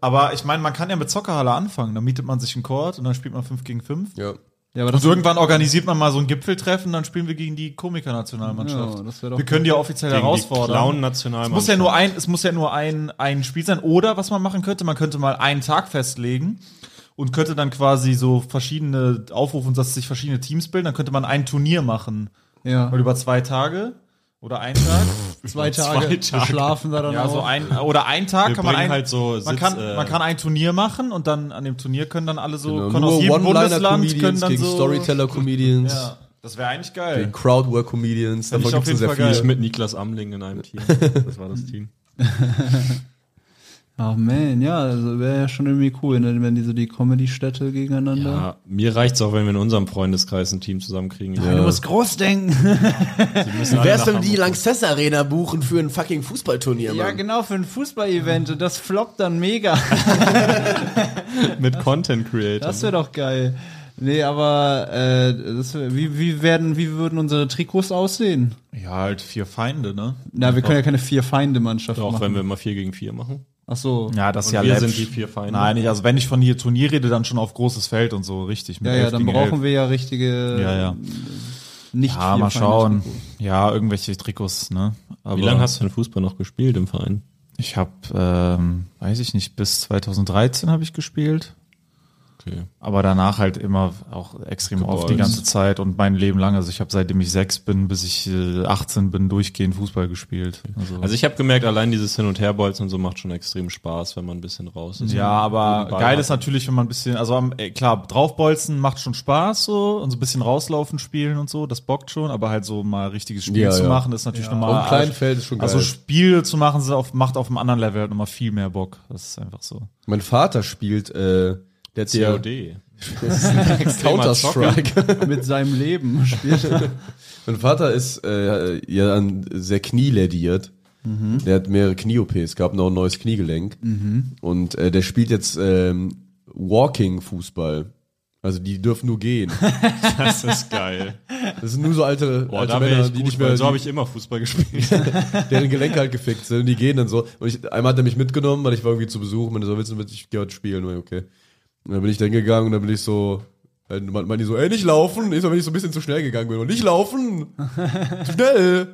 Aber ich meine, man kann ja mit Zockerhalle anfangen. Da mietet man sich einen Court und dann spielt man 5 gegen 5.
Ja.
Ja, aber
Und
das
irgendwann organisiert man mal so ein Gipfeltreffen, dann spielen wir gegen die Komiker-Nationalmannschaft.
Ja, das wär doch
wir können die ja offiziell herausfordern. Es
Nationalmannschaft.
muss ja nur ein, es muss ja nur ein, ein Spiel sein. Oder was man machen könnte, man könnte mal einen Tag festlegen und könnte dann quasi so verschiedene aufrufen, dass sich verschiedene Teams bilden. Dann könnte man ein Turnier machen.
ja,
Mal über zwei Tage oder einen Tag.
zwei Tage.
Tage.
Wir schlafen da dann
ja,
auch.
so ein oder einen Tag
Wir
kann man
bringen
ein,
halt so
man
Sitz,
kann
äh,
man kann ein Turnier machen und dann an dem Turnier können dann alle so können aus
Genau, Nur
jedem Bundesland können
One-Liner-Comedians
dann
gegen
so
Storyteller-Comedians,
Ja, das wäre eigentlich
gegen
geil.
Crowdwork-Comedians.
Find ich auf jeden Fall geil.
mit Niklas Amling in einem Team. Das war das Team.
Ach man, ja, also wäre ja schon irgendwie cool, ne, wenn die so die Comedy-Städte gegeneinander.
Ja, mir reicht's auch, wenn wir in unserem Freundeskreis ein Team zusammenkriegen.
Du musst groß denken.
Wie
Wär's, wenn wir die Lanxess Arena buchen für ein fucking Fußballturnier,
Ja,
Mann?
genau, für ein Fußball-Event und das floppt dann mega.
mit Content Creator?
Das wäre doch geil. Nee, aber äh, das wär, wie, wie werden, wie würden unsere Trikots aussehen?
Ja, halt vier Feinde, ne?
Na, wir können ja keine vier Feinde-Mannschaft
Auch
machen.
wenn wir mal 4 gegen 4 machen.
Ach so.
Ja, das ist ja
wir
läppisch.
sind die vier Feinde.
Nein, ich, also wenn ich von hier Turnier rede, dann schon auf großes Feld und so, richtig.
Ja, ja, dann brauchen wir ja richtige,
Ja, ja.
nicht
Ja,
vier
mal
Feinde-
schauen. Ja, irgendwelche Trikots, ne? Aber
Wie lange hast du denn Fußball noch gespielt im Verein?
Ich habe, ähm, weiß ich nicht, bis 2013 habe ich gespielt.
Okay.
Aber danach halt immer auch extrem oft die ganze Zeit und mein Leben lang. Also ich habe seitdem ich sechs bin, bis ich äh, 18 bin, durchgehend Fußball gespielt. Also,
Also ich habe gemerkt, allein dieses Hin- und Herbolzen und so macht schon extrem Spaß, wenn man ein bisschen raus ist.
ja, aber
Nebenbei
geil
hat-
ist natürlich, wenn man ein bisschen, also am, äh, klar, draufbolzen macht schon Spaß so und so ein bisschen rauslaufen, spielen und so, das bockt schon, aber halt so mal richtiges Spiel
Ja,
zu
ja.
machen ist natürlich nochmal.
Auf dem kleinen Feld ist schon geil.
Also Spiel zu machen sind auf, macht auf einem anderen Level halt nochmal viel mehr Bock. Das ist einfach so.
Mein Vater spielt äh, der hat ja
COD.
Counter-Strike.
*laughs* mit seinem Leben spielt.
*laughs* mein Vater ist äh, ja an- sehr knielädiert. Der hat mehrere Knie-OPs gehabt, noch ein neues Kniegelenk. Und äh, der spielt jetzt ähm, Walking-Fußball. Also die dürfen nur gehen.
*laughs* Das ist geil.
Das sind nur so alte,
Boah,
alte
da wäre
Männer,
ich
Also die
gut,
nicht
weil
mehr,
so habe ich immer Fußball gespielt.
deren Gelenke halt gefickt sind. Und die gehen dann so. Und ich, einmal hat er mich mitgenommen, weil ich war irgendwie zu Besuch. Und meinte so, willst du mit, ich geh heute spielen. Und ich, okay. Und dann bin ich dann gegangen und dann bin ich so, dann me- meinten die so, ey, nicht laufen. Ich so, wenn ich so ein bisschen zu schnell gegangen bin. Und nicht
*laughs*
laufen! zu schnell!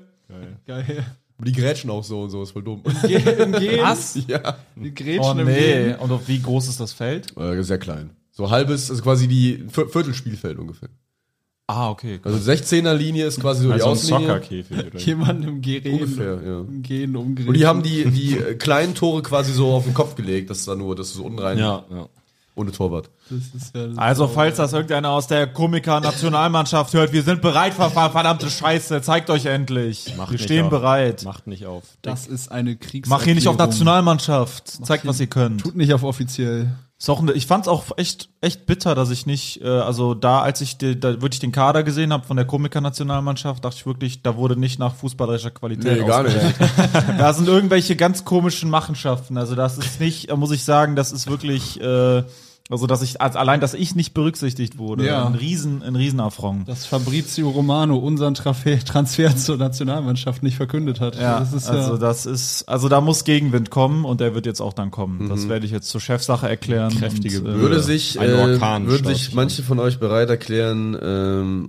Geil.
Aber die grätschen auch so und so, ist voll dumm.
Im Gehen,
Was?
*laughs* ja.
die
Oh,
Gretchen im Gehen.
Und auf wie groß ist das Feld?
Äh, sehr klein. So halbes, also quasi die Vier- Viertelspielfeld ungefähr.
Ah, okay.
Also 16er Linie ist quasi so die
Also ein
Außenlinie.
Soccerkäfig. *laughs* oder wie?
Jemand im Gehen.
Ungefähr, ja.
Im Gehen umgerissen.
Und die haben die, die äh, kleinen Tore quasi so auf den Kopf gelegt, dass da nur, das ist so unrein,
Ja, ja.
ohne Torwart.
Das ist ja
Also, falls das irgendeiner aus der Komiker-Nationalmannschaft hört, wir sind bereit, ver- ver- verdammte Scheiße, zeigt euch endlich.
Macht
wir
nicht
stehen
auf.
bereit.
Macht nicht auf.
das ist eine Kriegs.
Mach hier nicht auf Nationalmannschaft. Zeigt, was ihr könnt.
Tut nicht auf offiziell.
Ist auch, ne- ich fand's auch echt, echt bitter, dass ich nicht, äh, also da, als ich, die, da wirklich den Kader gesehen habe von der Komiker-Nationalmannschaft, dachte ich wirklich, da wurde nicht nach fußballerischer Qualität
*laughs*
nicht.
Da sind irgendwelche ganz komischen Machenschaften. Also das ist nicht, äh, muss ich sagen, das ist wirklich, äh, also dass ich, als, allein, dass ich nicht berücksichtigt wurde.
Ja.
Ein Riesen, ein Riesenaffront.
Dass Fabrizio Romano unseren Trafe- *laughs* Transfer zur Nationalmannschaft nicht verkündet hat.
Ja,
das ist
also
ja.
das ist, also da muss Gegenwind kommen und der wird jetzt auch dann kommen. Das werde ich jetzt zur Chefsache erklären.
Kräftige
und,
Bürde.
Würde sich,
Ein
äh,
Orkan
würden
staut
sich
sich
manche von euch bereit erklären, ähm,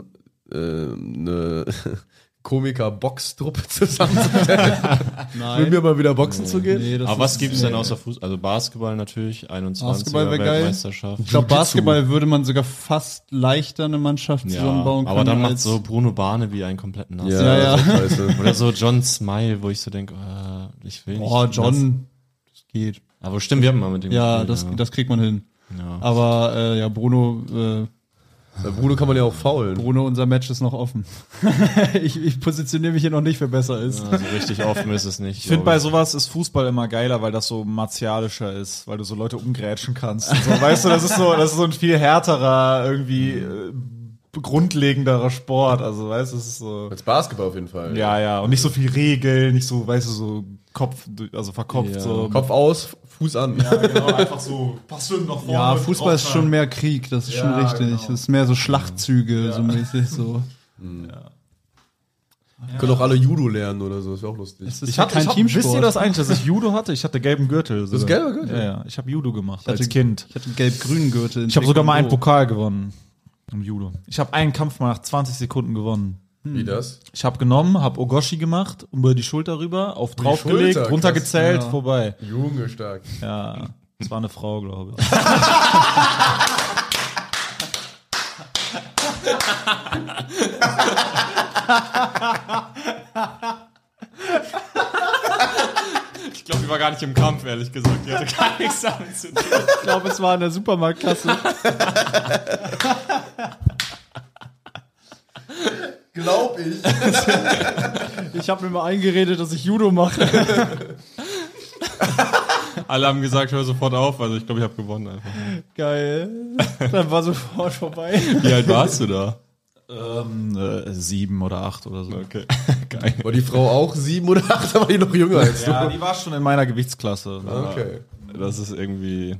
ähm, eine *laughs* Komiker-Box-Truppe zusammenzustellen? Mit
Nein.
mir mal wieder boxen zu gehen?
Nee, das
Aber was
ist-
gibt's denn außer Fußball? Also Basketball natürlich, 21
Basketball wär geil.
Weltmeisterschaft.
Ich glaube, Basketball würde man sogar fast leichter eine Mannschaft
ja,
zusammenbauen können.
aber dann macht
als-
so Bruno Bahne wie einen kompletten Nass.
Ja,
Ja, ja.
das ist scheiße.
Oder so John Smile, wo ich so denke, äh, ich will nicht.
Boah, John. Das geht.
Aber stimmt, wir haben mal mit dem
Ja,
gespielt,
das, das kriegt man hin.
ja.
Aber äh, ja, Bruno, äh,
Bei Bruno kann man ja auch faulen.
Bruno, unser Match ist noch offen. *laughs* ich, ich positioniere mich hier noch nicht, wer besser ist.
Also richtig offen ist es nicht.
Ich finde,
glaub
bei sowas ist Fußball immer geiler, weil das so martialischer ist, weil du so Leute umgrätschen kannst. und So, weißt du, das ist so, das ist so ein viel härterer, irgendwie äh, grundlegenderer Sport. Also, weißt du, es ist so.
Als Basketball auf jeden Fall.
Ja, ja, und nicht so viel Regeln, nicht so, weißt du, so Kopf, also verkopft,
Ja.
so.
Kopf aus, Fuß an.
genau, einfach so, passt noch vorne.
Ja, Fußball ist schon mehr Krieg, das ist schon
Ja,
richtig.
genau.
Das ist mehr so Schlachtzüge, so mäßig so.
*laughs* Können auch alle Judo lernen oder so, ist auch lustig.
Es ist
Ich hatte,
kein
ich hab,
Teamsport.
wisst ihr das eigentlich, dass ich Judo hatte? Ich hatte gelben Gürtel. sogar.
gelber Gürtel?
Ja, ja. Ich habe Judo gemacht
hatte-
als Kind.
Ich hatte einen gelb-grünen Gürtel. in
Ich habe sogar mal einen
Taekwondo.
Pokal gewonnen im Judo. Ich habe einen Kampf mal nach 20 Sekunden gewonnen.
Wie das?
Ich habe genommen, habe Ogoshi gemacht, über die Schulter rüber, auf draufgelegt,
Schulter,
runtergezählt,
krass.
vorbei.
Junge, stark.
Ja, es war eine Frau, glaube
*laughs*
ich.
Ich glaube, die war gar nicht im Kampf, ehrlich gesagt. Die hatte *laughs* gar nichts damit zu tun.
Ich glaube, es war in der Supermarktkasse.
Glaub ich.
Ich habe mir mal eingeredet, dass ich Judo mache.
Alle haben gesagt, hör sofort auf. Also ich glaube, ich habe gewonnen einfach.
Geil. Dann war sofort vorbei.
Wie alt warst du da?
Ähm, äh, sieben oder acht oder so.
Okay, *laughs* geil.
War die Frau auch sieben oder acht, da war die noch jünger als du.
Ja, die war schon in meiner Gewichtsklasse.
Okay.
Das ist irgendwie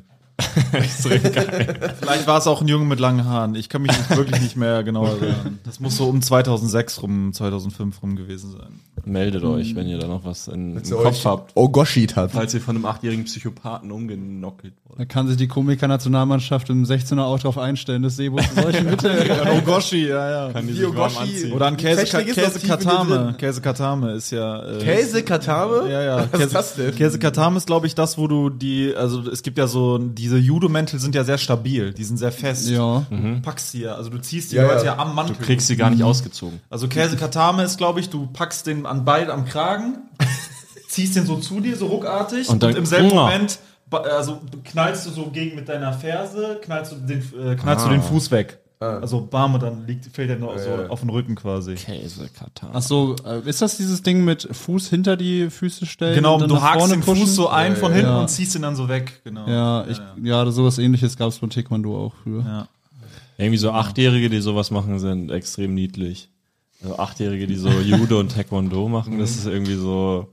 extrem geil.
Vielleicht war es auch ein Junge mit langen Haaren. Ich kann mich nicht, wirklich nicht mehr genau erinnern. Das muss so um 2006 rum, 2005 rum gewesen sein.
Meldet euch, wenn ihr da noch was in, im
Zu
Kopf
euch.
habt.
Oh, Goshit hat.
Falls ihr von einem achtjährigen Psychopathen umgenockelt wurde.
Da kann sich die Komiker-Nationalmannschaft im 16er auch drauf einstellen, dass Sebo
*laughs*
solche Mittel.
Ogoshi, ja, ja.
Kann die sich
Yo,
warm
Goshi.
anziehen.
Oder ein Käse,
Technik ist
Käse
doch tief in dir
Katame.
drin.
Käse Katame ist ja. Äh,
Käse Katame?
Ja, ja.
Was ist das denn?
Käse Katame ist, glaube ich, das, wo du die, also es gibt ja so, diese Judo-Mäntel sind ja sehr stabil, die sind sehr fest.
Ja.
Du packst sie ja, also du ziehst die
Ja,
Leute ja.
ja.
am Mantel.
Du kriegst sie gar nicht ausgezogen.
Also Käse Katame ist, glaube ich, du packst den an beide am Kragen, ziehst den so zu dir, so ruckartig
Und dann-
im selben
Uah.
Moment ba- also knallst du so gegen mit deiner Ferse, knallst du den, äh, knallst du den Fuß weg. Also bam und dann liegt, fällt er nur so
ja.
auf den Rücken quasi.
Käse, Katar.
Ach so, äh, ist das dieses Ding mit Fuß hinter die Füße stellen?
Genau,
und dann
du
nach
hakst
vorne
den
pushen?
Fuß so ein von hinten
ja.
und ziehst ihn dann so weg. Genau.
Ja, ich, ja, sowas ähnliches gab es beim Taekwondo auch früher.
Ja.
Irgendwie so Achtjährige, die sowas machen, sind extrem niedlich. Also Achtjährige, die so Judo und Taekwondo machen, das ist irgendwie so,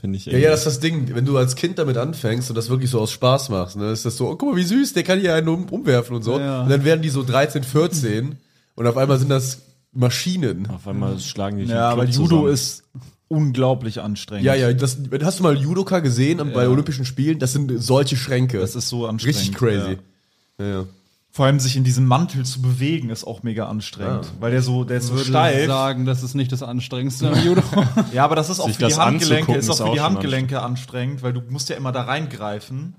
finde ich.
Ja,
Irgendwie
ja, das ist das Ding. Wenn du als Kind damit anfängst und das wirklich so aus Spaß machst, ne, ist das so, oh, guck mal, wie süß, der kann hier einen um, umwerfen und so.
Ja.
Und dann werden die so 13, 14 und auf einmal sind das Maschinen.
auf einmal schlagen die sich
Ja,
im
aber
Club
Judo
zusammen.
ist unglaublich anstrengend.
Ja, ja, das, hast du mal Judoka gesehen bei Olympischen Spielen? Das sind solche Schränke.
Das ist so anstrengend.
richtig crazy.
Ja.
Ja. Ja,
Vor allem sich in diesem Mantel zu bewegen, ist auch mega anstrengend. Weil der so, der ist so
Ich würde
steif.
sagen, das ist nicht das Anstrengendste am Judo.
Ja, aber das ist auch
Sich
für die
das
Handgelenke,
anzugucken,
ist auch
ist
für die
auch schon
Handgelenke anstrengend, weil du musst ja immer da reingreifen.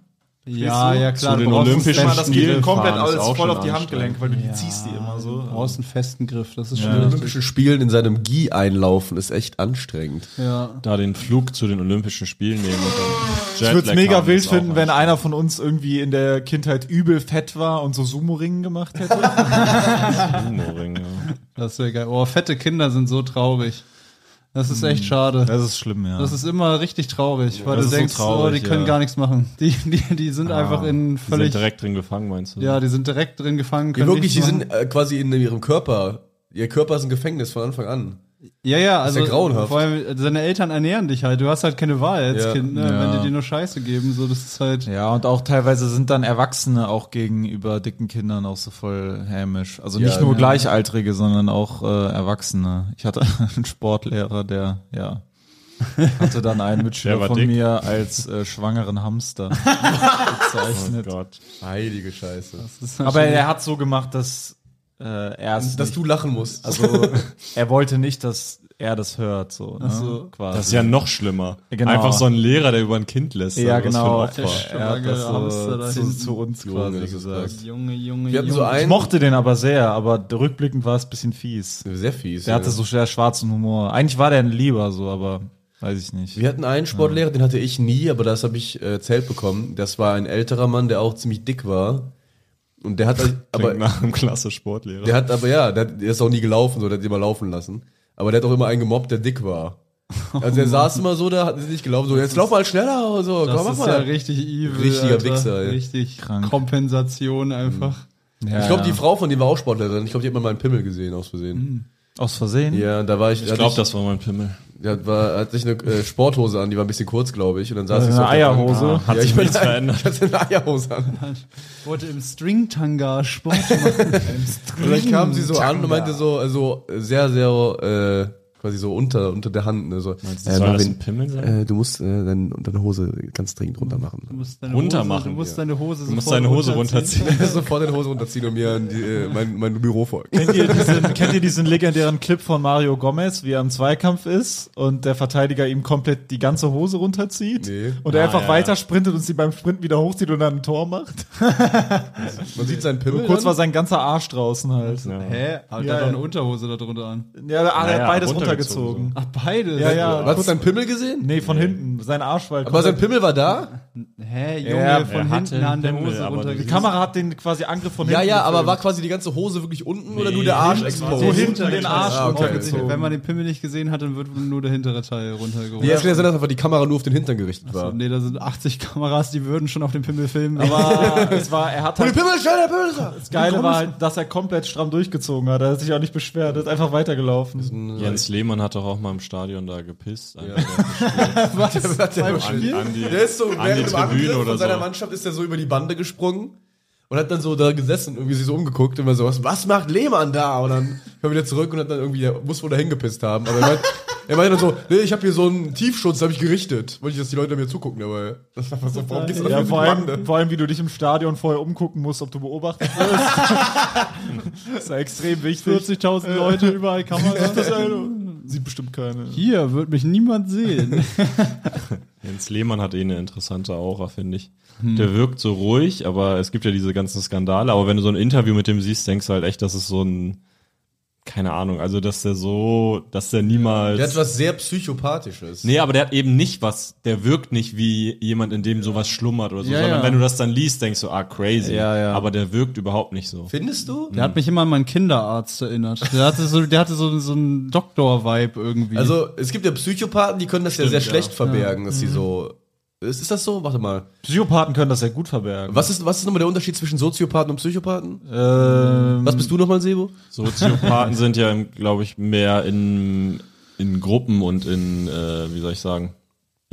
ja, ja, klar.
Zu
du
den
brauchst einen
Olympischen
festen
Immer das geht
Spielen
komplett
fahren ist
alles
auch
voll
schon
auf die Handgelenke, weil du die ziehst die immer
Du
so.
brauchst einen festen Griff, das ist
Bei den
schwierig.
Olympischen Spielen in seinem Gi einlaufen ist echt anstrengend.
Ja.
Da den Flug zu den Olympischen Spielen nehmen und dann
Ich würde
Jetlag
es mega
haben,
wild
ist auch
finden, wenn
anstrengend.
einer von uns irgendwie in der Kindheit übel fett war und so Sumo-Ringen gemacht hätte.
Humoring, ja.
Das wäre geil. Oh, fette Kinder sind so traurig. Das ist echt schade.
Das ist schlimm, ja.
Das ist immer richtig traurig, weil
Das
du
ist so
denkst,
traurig,
oh, die können
ja.
gar nichts machen. Die, die, die sind einfach in
Die sind
völlig.
direkt drin gefangen, meinst du?
ja, die sind direkt drin gefangen.
Die
Können
wirklich, die
nichts
sind
machen.
äh, quasi in ihrem Körper. Ihr Körper ist ein Gefängnis von Anfang an.
Ja, ja,
ist
also.
ja grauenhaft.
Vor allem, äh, deine Eltern ernähren dich halt. Du hast halt keine Wahl als
Ja.
Kind, ne?
Ja.
Wenn die dir nur Scheiße geben, so, das ist halt.
Ja, und auch teilweise sind dann Erwachsene auch gegenüber dicken Kindern auch so voll hämisch. Also nicht
Ja,
nur
ja.
Gleichaltrige, sondern auch äh, Erwachsene. Ich hatte *laughs* einen Sportlehrer, der, ja, hatte dann
*laughs*
einen Mitschüler
war
von
dick.
mir als äh, schwangeren Hamster
*laughs* Oh
bezeichnet.
Gott.
Heilige Scheiße.
Das ist
Aber er hat so gemacht, dass äh, er es
Dass
nicht-
du lachen musst.
also er wollte nicht, dass er das hört, so, ne?
so.
quasi.
Das ist ja noch schlimmer.
Genau.
Einfach so ein Lehrer, der über ein Kind lässt. also
ja, genau.
Was für ein Opfer.
Er hat das
Hamster da
so zu,
hinten.
zu uns
Junge,
quasi
das ist
gesagt.
krass.
Junge, Junge,
Wir hatten
Junge.
so
Ich
einen.
mochte den aber sehr, aber rückblickend war es ein bisschen fies.
Sehr fies.
Der hatte so sehr schwarzen Humor. Eigentlich war der ein Lieber so, aber weiß ich nicht.
Wir hatten einen Sportlehrer, den hatte ich nie, aber das habe ich äh, erzählt bekommen. Das war ein älterer Mann, der auch ziemlich dick war. Und der hat,
Aber
aber,
nach einem klasse Sportlehrer.
der hat aber ja, der, hat, der ist auch nie gelaufen, so, der hat immer laufen lassen. Aber der hat auch immer einen gemobbt, der dick war. Also der saß immer so da, hat nicht gelaufen, so, jetzt lauf mal schneller und so,
Das
komm, mach
ist
mal.
ja richtig evil.
Richtiger Wichser, ey.
Richtig Mhm.
Krank.
Kompensation einfach.
ich glaube, die Frau von dem war auch Sportlerin. Ich glaube, die hat mal meinen Pimmel gesehen, aus Versehen.
aus Versehen.
Ja, da war ich,
ich glaube, das war mein Pimmel.
hat, war, hat sich eine äh, Sporthose an, die war ein bisschen kurz, glaube ich. Und dann saß
Also
ich
eine
auf der Bank.
Eierhose.
Hat
Ja,
sich
ich bin
nichts
*laughs*
verändert.
Ich hatte eine Eierhose an.
Wollte im Stringtanga Sport machen.
Und dann kam sie so an und meinte so, also sehr, sehr, äh, quasi so unter, unter der Hand, ne, so.
Meinst du, soll das ein Pimmel sein?
äh, du musst äh, deine, deine Hose ganz dringend runter
Du
*laughs*
machen.
musst deine
Runtermachen,
Hose, du musst
ja.
deine Hose
Du musst
sofort
deine Hose runterziehen.
Sofort deine Hose runterziehen und mir in die, äh, mein, mein Büro folgen.
Kennt ihr, *laughs* diesen, kennt ihr diesen legendären Clip von Mario Gomez, wie er im Zweikampf ist und der Verteidiger ihm komplett die ganze Hose runterzieht
Nee.
und er
Ah,
einfach
ja.
weiter sprintet und sie beim Sprint wieder hochzieht und dann ein Tor macht?
Man sieht seinen Pimmel.
Kurz war sein ganzer Arsch draußen halt.
Ja.
Hä?
Ja,
Aber der hat
ja.
doch eine Unterhose da drunter an.
Ja, ah, er
Naja,
hat beides
runtergezogen. Ach, beide? Ja, ja.
Hast du seinen Pimmel gesehen?
Nee, von hinten. Sein Arsch war
Aber sein Pimmel war da?
Hä, Junge,
Ja,
von
er
hinten
hatte
an der
Pimmel,
Hose
Die
aber Kam-
runtergezogen.
Kamera hat den quasi Angriff von
Ja,
hinten.
ja, aber
gefilmt.
war quasi die ganze Hose wirklich unten oder nur der Arsch exposed?
so hinten den Arsch
Ah, okay.
runtergezogen.
Wenn man den Pimmel nicht gesehen hat, dann wird nur der hintere Teil runtergeholt.
Ja, es kann ja sein, dass einfach die Kamera nur auf den Hintern gerichtet war.
Nee, da sind 80 Kameras, die würden schon auf den Pimmel
*laughs*
filmen.
Aber es war, er hat
Hol
halt,
den Pimmel, schnell, der Pimmel ist da!
das Geile war halt, dass er komplett stramm durchgezogen hat. Er hat sich auch nicht beschwert. Er ist einfach weitergelaufen.
Jens Lehmann hat doch auch mal im Stadion da gepisst. Ja.
Der, hat ja nur-
An, an die,
der ist so
an die
während dem Angriff
Tribüne
von
oder
seiner
so.
Mannschaft ist er so über die Bande gesprungen und hat dann so da gesessen und irgendwie sich so umgeguckt und war so, was, was macht Lehmann da? Und dann kam er wieder zurück und hat dann irgendwie, er muss wohl da hingepisst haben. Aber er meinte, er meinte dann so, nee, ich habe hier so einen Tiefschutz, habe ich gerichtet. Wollte ich, dass die Leute mir zugucken, aber das war so, warum gehst du da
Ja,
in die
vor allem,
Bande?
vor allem, wie du dich im Stadion vorher umgucken musst, ob du beobachtet *laughs* wirst. ist ja extrem wichtig.
40.000 Leute überall Kameras.
*laughs* Sieht bestimmt keine.
Hier wird mich niemand sehen.
Jens Lehmann hat eh eine interessante Aura, finde ich.
Hm.
Der wirkt so ruhig, aber es gibt ja diese ganzen Skandale. Aber wenn du so ein Interview mit dem siehst, denkst du halt echt, dass es so ein, keine Ahnung, also dass der so, dass der niemals.
Der hat was sehr Psychopathisches.
Nee, aber der hat eben nicht was, der wirkt nicht wie jemand, in dem sowas schlummert oder so,
Ja,
sondern
ja.
wenn du das dann liest, denkst du, ah, crazy.
Ja, ja.
Aber der wirkt überhaupt nicht so.
Findest du?
Der hat mich immer an meinen Kinderarzt erinnert. Der hatte so, der hatte so, so einen Doktor-Vibe irgendwie.
Also, es gibt ja Psychopathen, die können das ja sehr
ja.
schlecht verbergen, dass sie so. Ist, ist das so? Warte mal.
Psychopathen können das ja gut verbergen.
Was ist, was ist nochmal der Unterschied zwischen Soziopathen und Psychopathen? was bist du nochmal, Sebo?
Soziopathen sind ja, glaube ich, mehr in, in Gruppen und in, äh, wie soll ich sagen,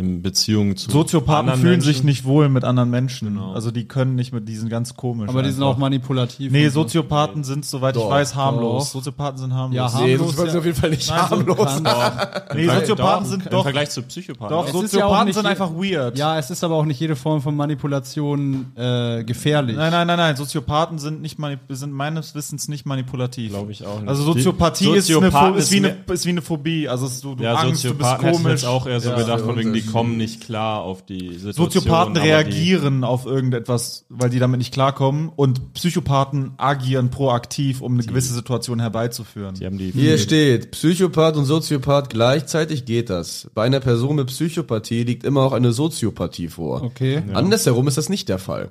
in Beziehungen zu.
Soziopathen
anderen
fühlen
Menschen.
sich nicht wohl mit anderen Menschen. Also die können nicht mit diesen ganz komisch.
aber die sind auch
einfach.
manipulativ.
Nee,
und so.
Soziopathen sind, soweit ich
Doch.
weiß, harmlos.
Doch.
Soziopathen sind harmlos.
Ja, Also,
Nee,
harmlos.
Soziopathen sind auf jeden Fall nicht
Nein, so
harmlos.
Nee, Soziopathen
Doch,
sind
Im
doch.
Vergleich zu Psychopathen.
Doch,
Es-
ist ja auch
Soziopathen
nicht
sind
je-
einfach weird.
Ja, es ist aber auch nicht jede Form von Manipulation äh, gefährlich.
Nein, nein, nein, nein. Soziopathen sind nicht mani- sind meines Wissens nicht manipulativ.
Glaube ich auch nicht.
Also Soziopathie
Die-
ist, eine, Pho-
Soziopathen
ist, wie
ist ne-
eine, ist wie eine Phobie. Also es- du, du
ja,
Angst, du bist
Soziopathen hätte ich
komisch.
jetzt auch eher so
Ja.
gedacht, von wegen, die kommen nicht klar auf die Situation.
Soziopathen
aber die-
reagieren auf irgendetwas, weil die damit nicht klarkommen. Und Psychopathen agieren proaktiv, um eine gewisse Situation herbeizuführen.
Die haben die
Hier steht, Psychopath und Soziopath gleichzeitig geht das. Bei einer Person mit Psychopathie liegt immer auch eine Soziopathie vor.
Okay.
Andersherum ist das nicht der Fall.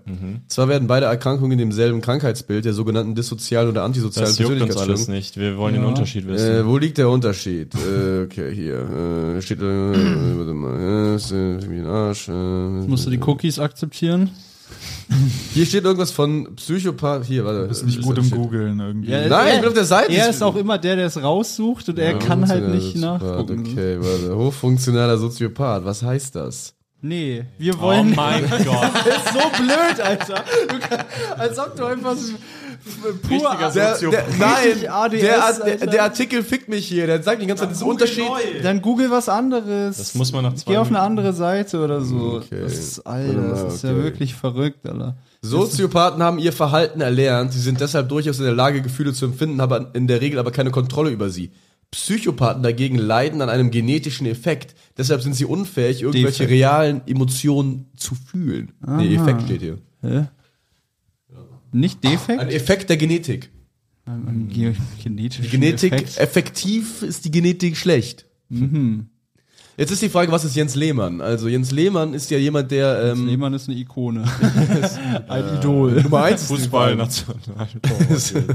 Zwar werden beide Erkrankungen demselben Krankheitsbild der sogenannten dissozialen oder antisozialen
das juckt uns alles
Persönlichkeitsstörung.
nicht. Wir wollen den Unterschied wissen.
Äh, wo liegt der Unterschied? äh, okay, hier. Äh, steht, äh, warte mal. Äh, ist, äh, irgendwie ein Arsch, äh,
Musst du die Cookies akzeptieren?
hier steht irgendwas von Psychopath. Hier, warte. Du bist
Nicht gut im Googlen irgendwie.
Nein, ich bin auf der Seite.
Er ist auch immer der, der es raussucht und er kann halt nicht
Hochfunktionaler Soziopath,
nachgucken.
Okay, warte. Hochfunktionaler Soziopath, was heißt das?
Nee, wir
oh
wollen.
mein
*laughs*
*laughs*
Gott.
ist so blöd, Alter. Du kann- Als ob du einfach so pur
Der, der, nein,
Richtig ADS,
der, der,
Alter.
der Artikel fickt mich hier. Der sagt die ganze Zeit, das ist ein Unterschied.
Dann google was anderes.
Das muss man nach zwei
Geh auf eine
Minuten-
andere Seite oder so.
Okay.
Das ist, Alter,
Warte mal,
das ist ja
okay.
wirklich verrückt, Alter.
Soziopathen haben ihr Verhalten erlernt. Sie sind deshalb durchaus in der Lage, Gefühle zu empfinden, haben in der Regel aber keine Kontrolle über sie. Psychopathen dagegen leiden an einem genetischen Effekt. Deshalb sind sie unfähig, irgendwelche
Defekt.
realen Emotionen zu fühlen. Nee, Effekt steht hier.
Nicht
Ein
defekt?
Effekt der Genetik.
Ein Ge genetischen
Die äh, Genetik,
Effekt.
effektiv ist die Genetik schlecht. Jetzt ist die Frage, was ist Jens Lehmann? Also Jens Lehmann ist ja jemand, der
*laughs*
ähm,
Lehmann ist eine
*laughs*
Ikone. *laughs* Ein Idol.
Nummer 1 ist
Fußballnational.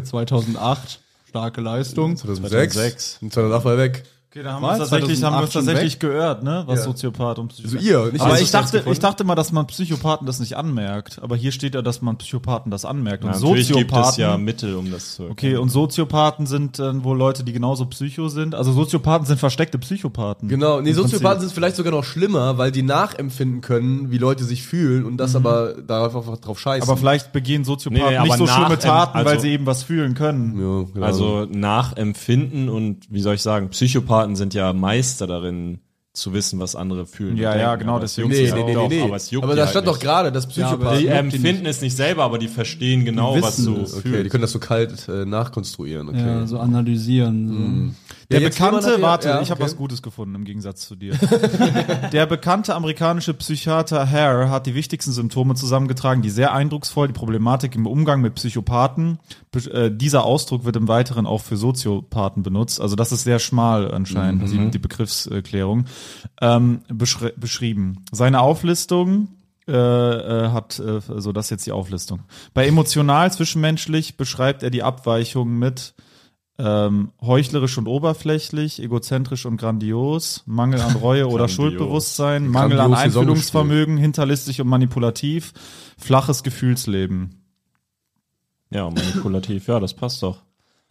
2008. Starke Leistung.
2006. Und 2008 war er weg.
Okay, da haben wir
Was?
uns tatsächlich, haben wir uns
2008 schon
tatsächlich gehört, ne? Was Soziopath und Psychopath.
Also ihr, nicht
aber
Hast
ich
du's jetzt
dachte, ich
gefunden?
dachte mal, dass man Psychopathen das nicht anmerkt. Aber hier steht ja, dass man Psychopathen das anmerkt. Und
Natürlich
Soziopathen.
gibt es ja Mittel, um das zu
okay, und Soziopathen sind dann wohl Leute, die genauso Psycho sind. Also Soziopathen sind versteckte Psychopathen.
Genau, nee,
Im Prinzip.
Soziopathen sind vielleicht sogar noch schlimmer, weil die nachempfinden können, wie Leute sich fühlen und das aber darauf einfach drauf scheißen.
Aber vielleicht begehen Soziopathen
Nee, nee,
nicht
aber
so
nach-
schlimme Taten,
also-
weil sie eben was fühlen können.
ja, genau.
Also nachempfinden und wie soll ich sagen, Psychopathen sind ja Meister darin, zu wissen, was andere fühlen. und
Ja, ja, genau,
aber es
deswegen-
juckt
Nee,
sie
nee,
halt
nee,
doch,
nee, nee.
Aber es juckt
aber
die
da
halt
stand doch
nicht.
gerade, dass Psychopathen.
Die ähm,
juckt die
empfinden es nicht selber, aber die verstehen genau,
Die
was
wissen
du
es.
okay, die
fühlst.
können das so kalt äh, nachkonstruieren. Okay. Mhm.
Ja, so analysieren. So.
Der
Ja, jetzt
bekannte,
Tillmann hat
warte,
ja- ja,
ich habe
okay.
was Gutes gefunden im Gegensatz zu dir. *laughs* der bekannte amerikanische Psychiater Hare hat die wichtigsten Symptome zusammengetragen, die sehr eindrucksvoll die Problematik im Umgang mit Psychopathen. Be- Äh, dieser Ausdruck wird im Weiteren auch für Soziopathen benutzt. Also das ist sehr schmal
Mhm.
anscheinend, die, die Begriffserklärung. Ähm, beschri beschrieben. Seine Auflistung äh, äh, hat, äh, so das ist jetzt die Auflistung. Bei emotional zwischenmenschlich beschreibt er die Abweichung mit ähm, heuchlerisch und oberflächlich, egozentrisch und grandios, Mangel an
*laughs*
Reue oder
Grandios.
Schuldbewusstsein, Mangel an
Grandios Saison
Einfühlungsvermögen, hinterlistig und manipulativ, flaches Gefühlsleben.
Ja, manipulativ, ja, das passt doch.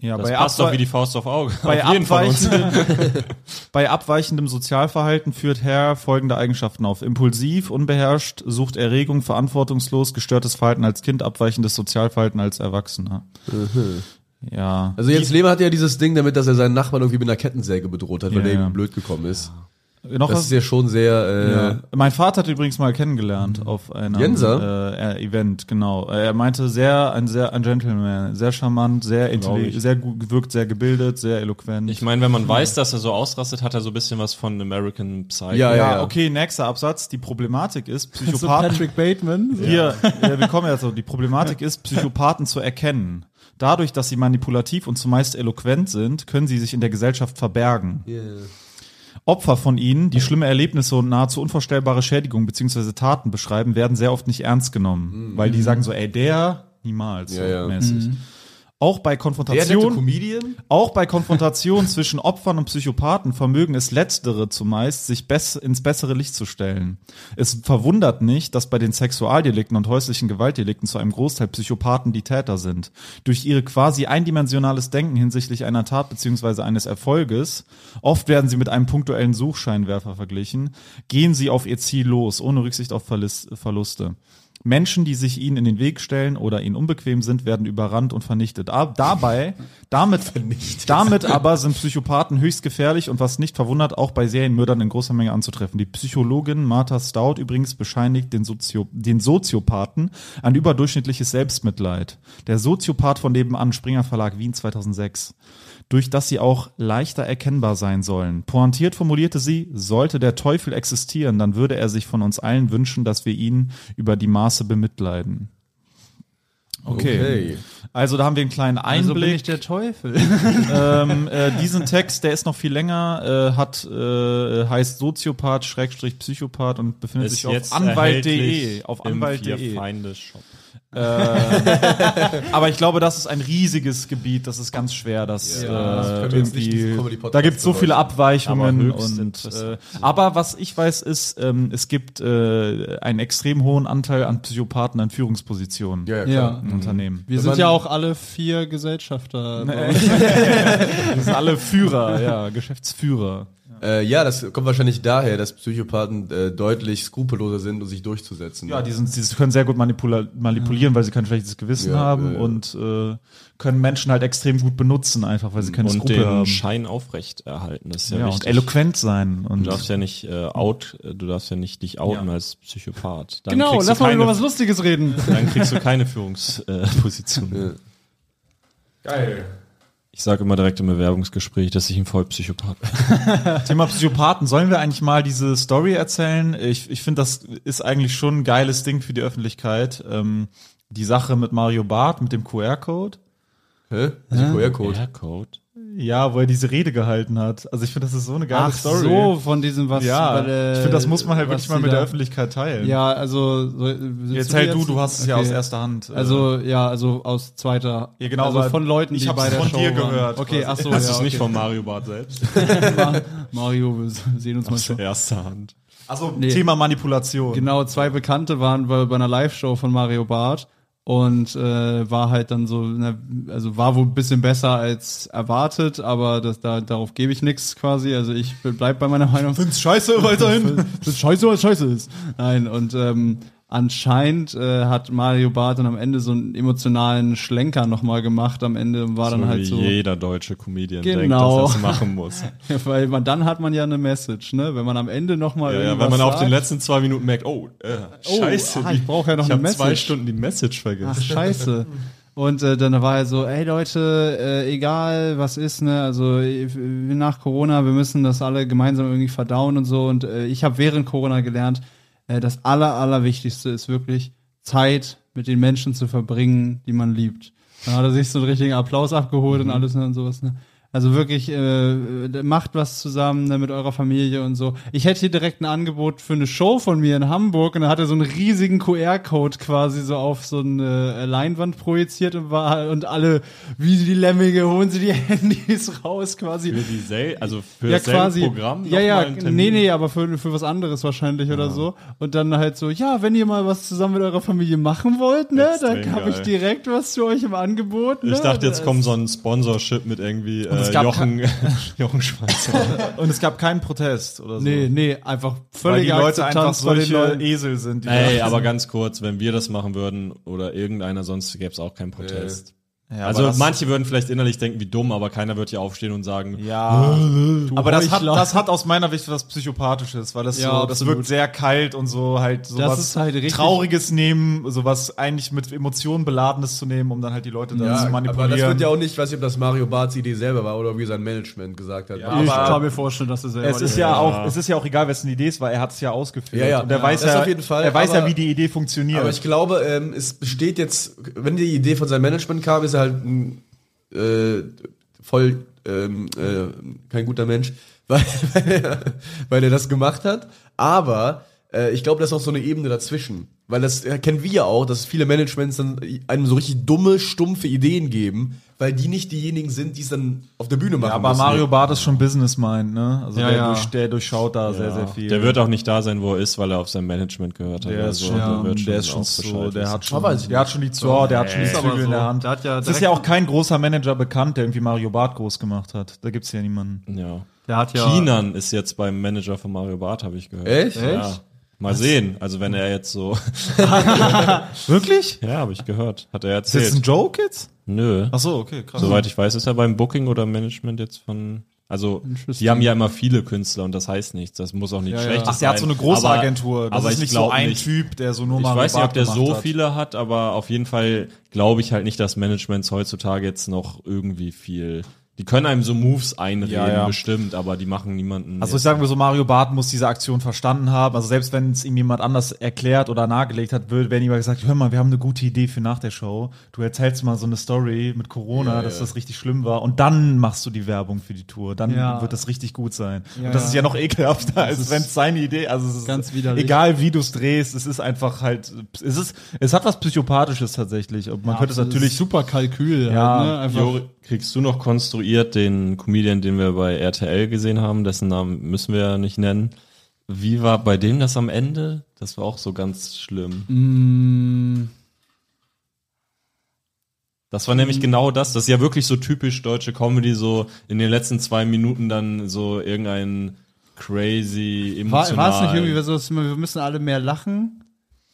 Ja,
Das passt
Abwe-
doch wie die Faust auf Auge.
bei,
auf jeden von
*laughs*
uns.
abweichendem,
*laughs*
bei abweichendem Sozialverhalten führt Herr folgende Eigenschaften auf. Impulsiv, unbeherrscht, sucht Erregung, verantwortungslos, gestörtes Verhalten als Kind, abweichendes Sozialverhalten als Erwachsener.
Mhm.
Ja.
Also Jens Lehmann hatte ja dieses Ding damit, dass er seinen Nachbarn irgendwie mit einer Kettensäge bedroht hat, weil
Ja,
der
ja.
irgendwie blöd gekommen ist.
Noch
Das
was?
ist ja schon sehr. Äh,
Ja. Mein Vater hat übrigens mal kennengelernt auf einem
Jenser?
äh, äh, Event, genau. Er meinte sehr ein sehr ein Gentleman, sehr charmant, sehr
ich.
intelligent, sehr gut wirkt, sehr gebildet, sehr eloquent.
Ich meine, wenn man weiß, dass er so ausrastet, hat er so ein bisschen was von American Psycho.
Ja,
ja, okay, nächster Absatz. Die Problematik ist,
So
Psychopathen
Patrick Bateman. so.
Hier, äh, wir kommen ja so. Die Problematik ist, Psychopathen zu erkennen. Dadurch, dass sie manipulativ und zumeist eloquent sind, können sie sich in der Gesellschaft verbergen. Opfer von ihnen, die schlimme Erlebnisse und nahezu unvorstellbare Schädigungen bzw. Taten beschreiben, werden sehr oft nicht ernst genommen, weil die sagen so, ey, der niemals
Mhm. Ja,
so
ja.
mäßig. Auch bei
Der nette
Konfrontation,
Comedian?
auch bei Konfrontation *laughs* zwischen Opfern und Psychopathen vermögen es Letztere zumeist, sich bess ins bessere Licht zu stellen. Es verwundert nicht, dass bei den Sexualdelikten und häuslichen Gewaltdelikten zu einem Großteil Psychopathen die Täter sind. Durch ihre quasi eindimensionales Denken hinsichtlich einer Tat bzw. eines Erfolges, oft werden sie mit einem punktuellen Suchscheinwerfer verglichen, gehen sie auf ihr Ziel los, ohne Rücksicht auf Verlis Verluste. Menschen, die sich ihnen in den Weg stellen oder ihnen unbequem sind, werden überrannt und vernichtet. Ab- Dabei, damit, damit aber sind Psychopathen höchst gefährlich und was nicht verwundert, auch bei Serienmördern in großer Menge anzutreffen. Die Psychologin Martha Stout übrigens bescheinigt den, Sozio den Soziopathen ein überdurchschnittliches Selbstmitleid. Der Soziopath von nebenan, Springer Verlag Wien 2006 durch das sie auch leichter erkennbar sein sollen. Pointiert formulierte sie, sollte der Teufel existieren, dann würde er sich von uns allen wünschen, dass wir ihn über die Maße bemitleiden. Okay.
Okay.
Also da haben wir einen kleinen
Also bin ich
Einblick.
der Teufel.
ähm, äh, diesen Text, der ist noch viel länger, äh, hat äh, heißt Soziopath Schrägstrich Psychopath und befindet
Ist
sich *laughs* auf
jetzt
anwalt.de
erhältlich
auf
im
anwalt.de.
Vier Feinde Shop.
Aber ich glaube, das ist ein riesiges Gebiet, das ist ganz schwer, das,
Ja, das
äh,
können wir jetzt nicht diesen
irgendwie,
Comedy-Podcast
da gibt es so viele Abweichungen
Aber höchst
und äh,
interessant.
aber was ich weiß ist, ähm, es gibt äh, einen extrem hohen Anteil an Psychopathen an Führungspositionen
Ja, Mhm. ja, klar.
Ja.
im Unternehmen.
Wir
man-
sind ja auch alle vier Gesellschafter.
Das sind alle *laughs* Führer, ja, Geschäftsführer.
Äh, ja, das kommt wahrscheinlich daher, dass Psychopathen äh, deutlich skrupelloser sind, um sich durchzusetzen.
Ja, die, sind, die können sehr gut manipula manipulieren, weil sie kein schlechtes Gewissen
Ja,
haben
ja, ja.
und äh, können Menschen halt extrem gut benutzen, einfach weil sie keine
Und
Skrupel
den
haben.
Schein aufrecht erhalten. Das ist ja,
ja, und
wichtig.
eloquent sein
Du
und
darfst ja nicht äh, out, äh, du darfst ja nicht dich outen als Psychopath. Dann
genau,
kriegst
lass
du
mal
keine,
über was Lustiges reden.
Dann kriegst du keine Führungsposition. Äh, Geil. Ich sage immer direkt im Bewerbungsgespräch, dass ich ein Vollpsychopath bin.
Thema Psychopathen, sollen wir eigentlich mal diese Story erzählen? Ich, ich finde, das ist eigentlich schon ein geiles Ding für die Öffentlichkeit. Ähm, die Sache mit Mario Barth, mit dem QR-Code.
Hä? Das ist ein QR-Code.
Haircode.
Ja, wo er diese Rede gehalten hat. Also ich finde, das ist so eine geile
Ach
Story.
so, von diesem was.
Ja,
weil, äh,
ich finde, das muss man halt
was
wirklich mal
die
mit
da-
der Öffentlichkeit teilen.
Ja, also. So, willst
Jetzt halt du,
jetzt-
du hast es ja
Okay.
aus erster Hand. äh,
Also, ja, also aus zweiter.
Ja, genau,
also
aber
von Leuten,
ich
die
hab's
bei der
von
Show
dir
waren.
gehört,
Okay, ach so.
Hast
ja,
du es nicht
okay.
von Mario
*laughs*
Barth selbst?
Mario, wir sehen uns mal
Aus
schon.
erster Hand.
also Thema Manipulation.
Genau, zwei Bekannte waren bei, bei einer Live-Show von Mario Barth und äh, war halt dann so, ne, also war wohl ein bisschen besser als erwartet, aber das, da, darauf gebe ich nichts quasi. Also ich bleib bei meiner Meinung.
Find's scheiße weiterhin.
Das ist scheiße, was scheiße ist. Nein, und ähm, anscheinend äh, hat Mario Barth dann am Ende so einen emotionalen Schlenker nochmal gemacht. Am Ende war dann halt
wie
so.
jeder deutsche Comedian denkt, dass
Genau.
er es machen muss.
*laughs* Weil man, dann hat man ja eine Message, ne? Wenn man am Ende nochmal.
Ja, ja, wenn man auf den letzten zwei Minuten merkt, oh, äh, scheiße,
ah, ich brauch ja noch
ich
eine
hab zwei
Message.
Stunden die Message
*laughs*
vergessen.
Ach, scheiße. Und äh, dann war er so, ey Leute, äh, egal was ist, ne, also äh, nach Corona, wir müssen das alle gemeinsam irgendwie verdauen und so. Und äh, ich habe während Corona gelernt, äh, das Aller, Allerwichtigste ist wirklich Zeit mit den Menschen zu verbringen, die man liebt. Dann hat er sich so einen richtigen Applaus abgeholt und alles ne, und sowas. Ne? Also wirklich, äh, macht was zusammen ne, mit eurer Familie und so. Ich hätte hier direkt ein Angebot für eine Show von mir in Hamburg und da hat er so einen riesigen QR-Code quasi so auf so eine Leinwand projiziert und war und alle, wie die Lemmige, holen sie die *laughs* Handys raus quasi.
Für diesel, also für
Ja,
dasselbe
quasi. ja,
Programm noch mal
ja,
einen Termin?
nee, nee, aber für, für was anderes wahrscheinlich oder so. Und dann halt so, ja, wenn ihr mal was zusammen mit eurer Familie machen wollt, ne,
Extrem
dann habe ich
geil.
direkt was für euch im Angebot. Ne?
Ich dachte, jetzt
Das-
kommt so ein Sponsorship mit irgendwie
es
äh,
gab
Jochen, *laughs* Jochen Schweizer.
Und es gab keinen Protest oder so.
Nee, nee, einfach
Weil die
völlige
Leute einfach
Akzeptanz von den
solche
Leuten.
Esel sind. die
Ey,
da-
aber ganz kurz, wenn wir das machen würden oder irgendeiner sonst, gäbe es auch keinen Protest.
Ja, aber
also
das-
manche würden vielleicht innerlich denken, wie dumm, aber keiner wird hier aufstehen und sagen,
*laughs*
Ja, aber das hat,
Heuchler.
das hat aus meiner Sicht was Psychopathisches, weil das
Ja,
so, das
absolut.
wirkt sehr kalt und so halt so was
ist halt richtig-
Trauriges nehmen, sowas eigentlich mit Emotionen beladenes zu nehmen, um dann halt die Leute dann zu
aber
manipulieren.
das wird ja auch nicht, weiß ich, ob das Mario Barts Idee selber war oder wie sein Management gesagt hat.
ich
aber-
kann mir vorstellen, dass es selber
es ist ja auch, es ist ja auch egal, wessen Idee es war. Er hat es ja ausgeführt.
Ja, ja.
Und er
Ja,
weiß
das
ja,
auf jeden Fall,
er weiß ja,
aber-
wie die Idee funktioniert.
Aber ich glaube, ähm, es besteht jetzt, wenn die Idee von seinem Management kam, ist er halt ein, äh, voll ähm, äh, kein guter Mensch, *laughs* weil, weil, er, weil er das gemacht hat. Aber äh, ich glaube, da ist auch so eine Ebene dazwischen. Weil das äh, kennen wir ja auch, dass viele Managements dann einem so richtig dumme, stumpfe Ideen geben, weil die nicht diejenigen sind, die es dann auf der Bühne machen.
ja, aber
müssen.
Mario Barth ist schon Businessmind, ne? Also
Ja,
der,
ja.
Durch, der durchschaut da sehr, sehr viel.
der wird auch nicht da sein, wo er ist, weil er auf sein Management gehört hat.
der ist
Also,
schon,
der wird
der ist schon
auch
so,
Bescheid
der
wissen.
hat
Ah,
schon, der hat schon die, Zor, der hat schon die
ist aber
Zügel in
so.
der Hand.
Der hat ja
es ist
direkt-
ja auch kein großer Manager bekannt, der irgendwie Mario Barth groß gemacht hat. Da gibt's ja niemanden.
ja.
Der hat ja.
Kinan ist jetzt beim Manager von Mario Barth, habe ich gehört.
Echt?
Ja. Mal sehen. Also wenn er
*laughs*
jetzt so.
Wirklich?
ja, habe ich gehört. Hat er
Ist das ein
erzählt.
Joke jetzt?
Nö.
Ach so, okay, krass.
Soweit ich weiß, ist er beim Booking oder Management jetzt von. Also, die haben ja immer viele Künstler und das heißt nichts. Das muss auch nicht schlecht sein.
Ach, der hat so eine große
aber,
Agentur. Das
aber
ist
ich
nicht
glaub
so ein
nicht.
Typ, der so nur
Ich
Mario
weiß nicht,
Barth
ob der
gemacht
so
hat.
viele hat, aber auf jeden Fall glaube ich halt nicht, dass Managements heutzutage jetzt noch irgendwie viel. Die können einem so Moves einreden,
Ja, ja.
bestimmt, aber die machen niemanden.
Also ich
jetzt-
sage mal so, Mario Barth muss diese Aktion verstanden haben. Also selbst wenn es ihm jemand anders erklärt oder nahegelegt hat, würde, wenn jemand halt gesagt, hör mal, wir haben eine gute Idee für nach der Show. Du erzählst mal so eine Story mit Corona, dass das richtig schlimm war. Und dann machst du die Werbung für die Tour. Dann
Ja.
wird das richtig gut sein.
Ja,
Und das
ja.
ist ja noch ekelhafter, als wenn es seine Idee, also es ist
Ganz widerlich.
egal wie du es drehst, es ist einfach halt, es ist, es hat was Psychopathisches tatsächlich. Und man könnte es natürlich
super Kalkül.
Ja.
halt, ne? Einfach-
Jo, kriegst du noch konstruiert den Comedian, den wir bei RTL gesehen haben, dessen Namen müssen wir ja nicht nennen. Wie war bei dem das am Ende? Das war auch so ganz schlimm. Das war
Mhm.
nämlich genau das. Das ist ja wirklich so typisch deutsche Comedy, so in den letzten zwei Minuten dann so irgendein crazy
War
emotional.
es nicht irgendwie so, dass wir wir müssen alle mehr lachen?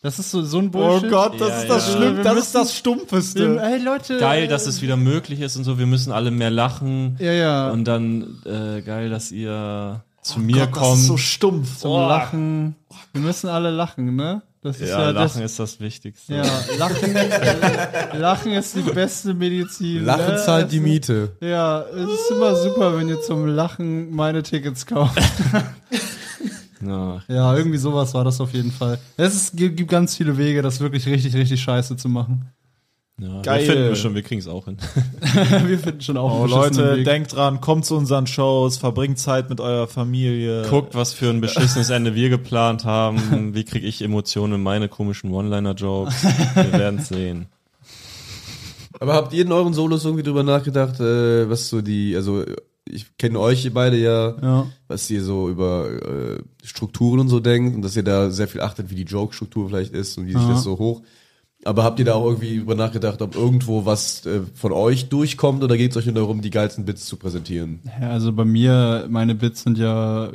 Das ist so, so ein Bullshit.
Oh das
Ja, ja.
Schlimmste, das ist das Stumpfeste.
Ey, Leute.
Geil, dass es wieder möglich ist und so. Wir müssen alle mehr lachen.
Ja, ja.
Und dann äh, geil, dass ihr zu mir
Oh Gott,
kommt.
das ist so stumpf.
zum Lachen. Wir müssen alle lachen, ne? Das ist ja,
ja,
das.
Lachen ist das Wichtigste.
ja, lachen, äh, lachen ist die beste Medizin.
Lachen halt-
ne?
zahlt die
Es-
Miete.
Ja, es ist immer super, wenn ihr zum Lachen meine Tickets kauft.
Ja.
Ja, irgendwie sowas war das auf jeden Fall. Es ist, gibt, gibt ganz viele Wege, das wirklich richtig, richtig scheiße zu machen.
Ja,
Geil.
Wir finden wir schon, wir kriegen es auch hin.
*laughs* Wir finden schon auch
Oh,
einen beschissenen
Leute,
Weg.
denkt dran, kommt zu unseren Shows, verbringt Zeit mit eurer Familie.
Guckt, was für ein beschissenes Ende wir geplant haben. Wie kriege ich Emotionen in meine komischen One-Liner-Jokes? Wir werden sehen.
Aber habt ihr in euren Solos irgendwie drüber nachgedacht, äh, was so die, also ich kenne euch ihr beide ja,
Ja.
was ihr so über äh, Strukturen und so denkt und dass ihr da sehr viel achtet, wie die Joke-Struktur vielleicht ist und wie sich das so hoch. Aber habt ihr da auch irgendwie drüber nachgedacht, ob irgendwo was äh, von euch durchkommt oder geht es euch nur darum, die geilsten Bits zu präsentieren?
Ja, also bei mir, meine Bits sind ja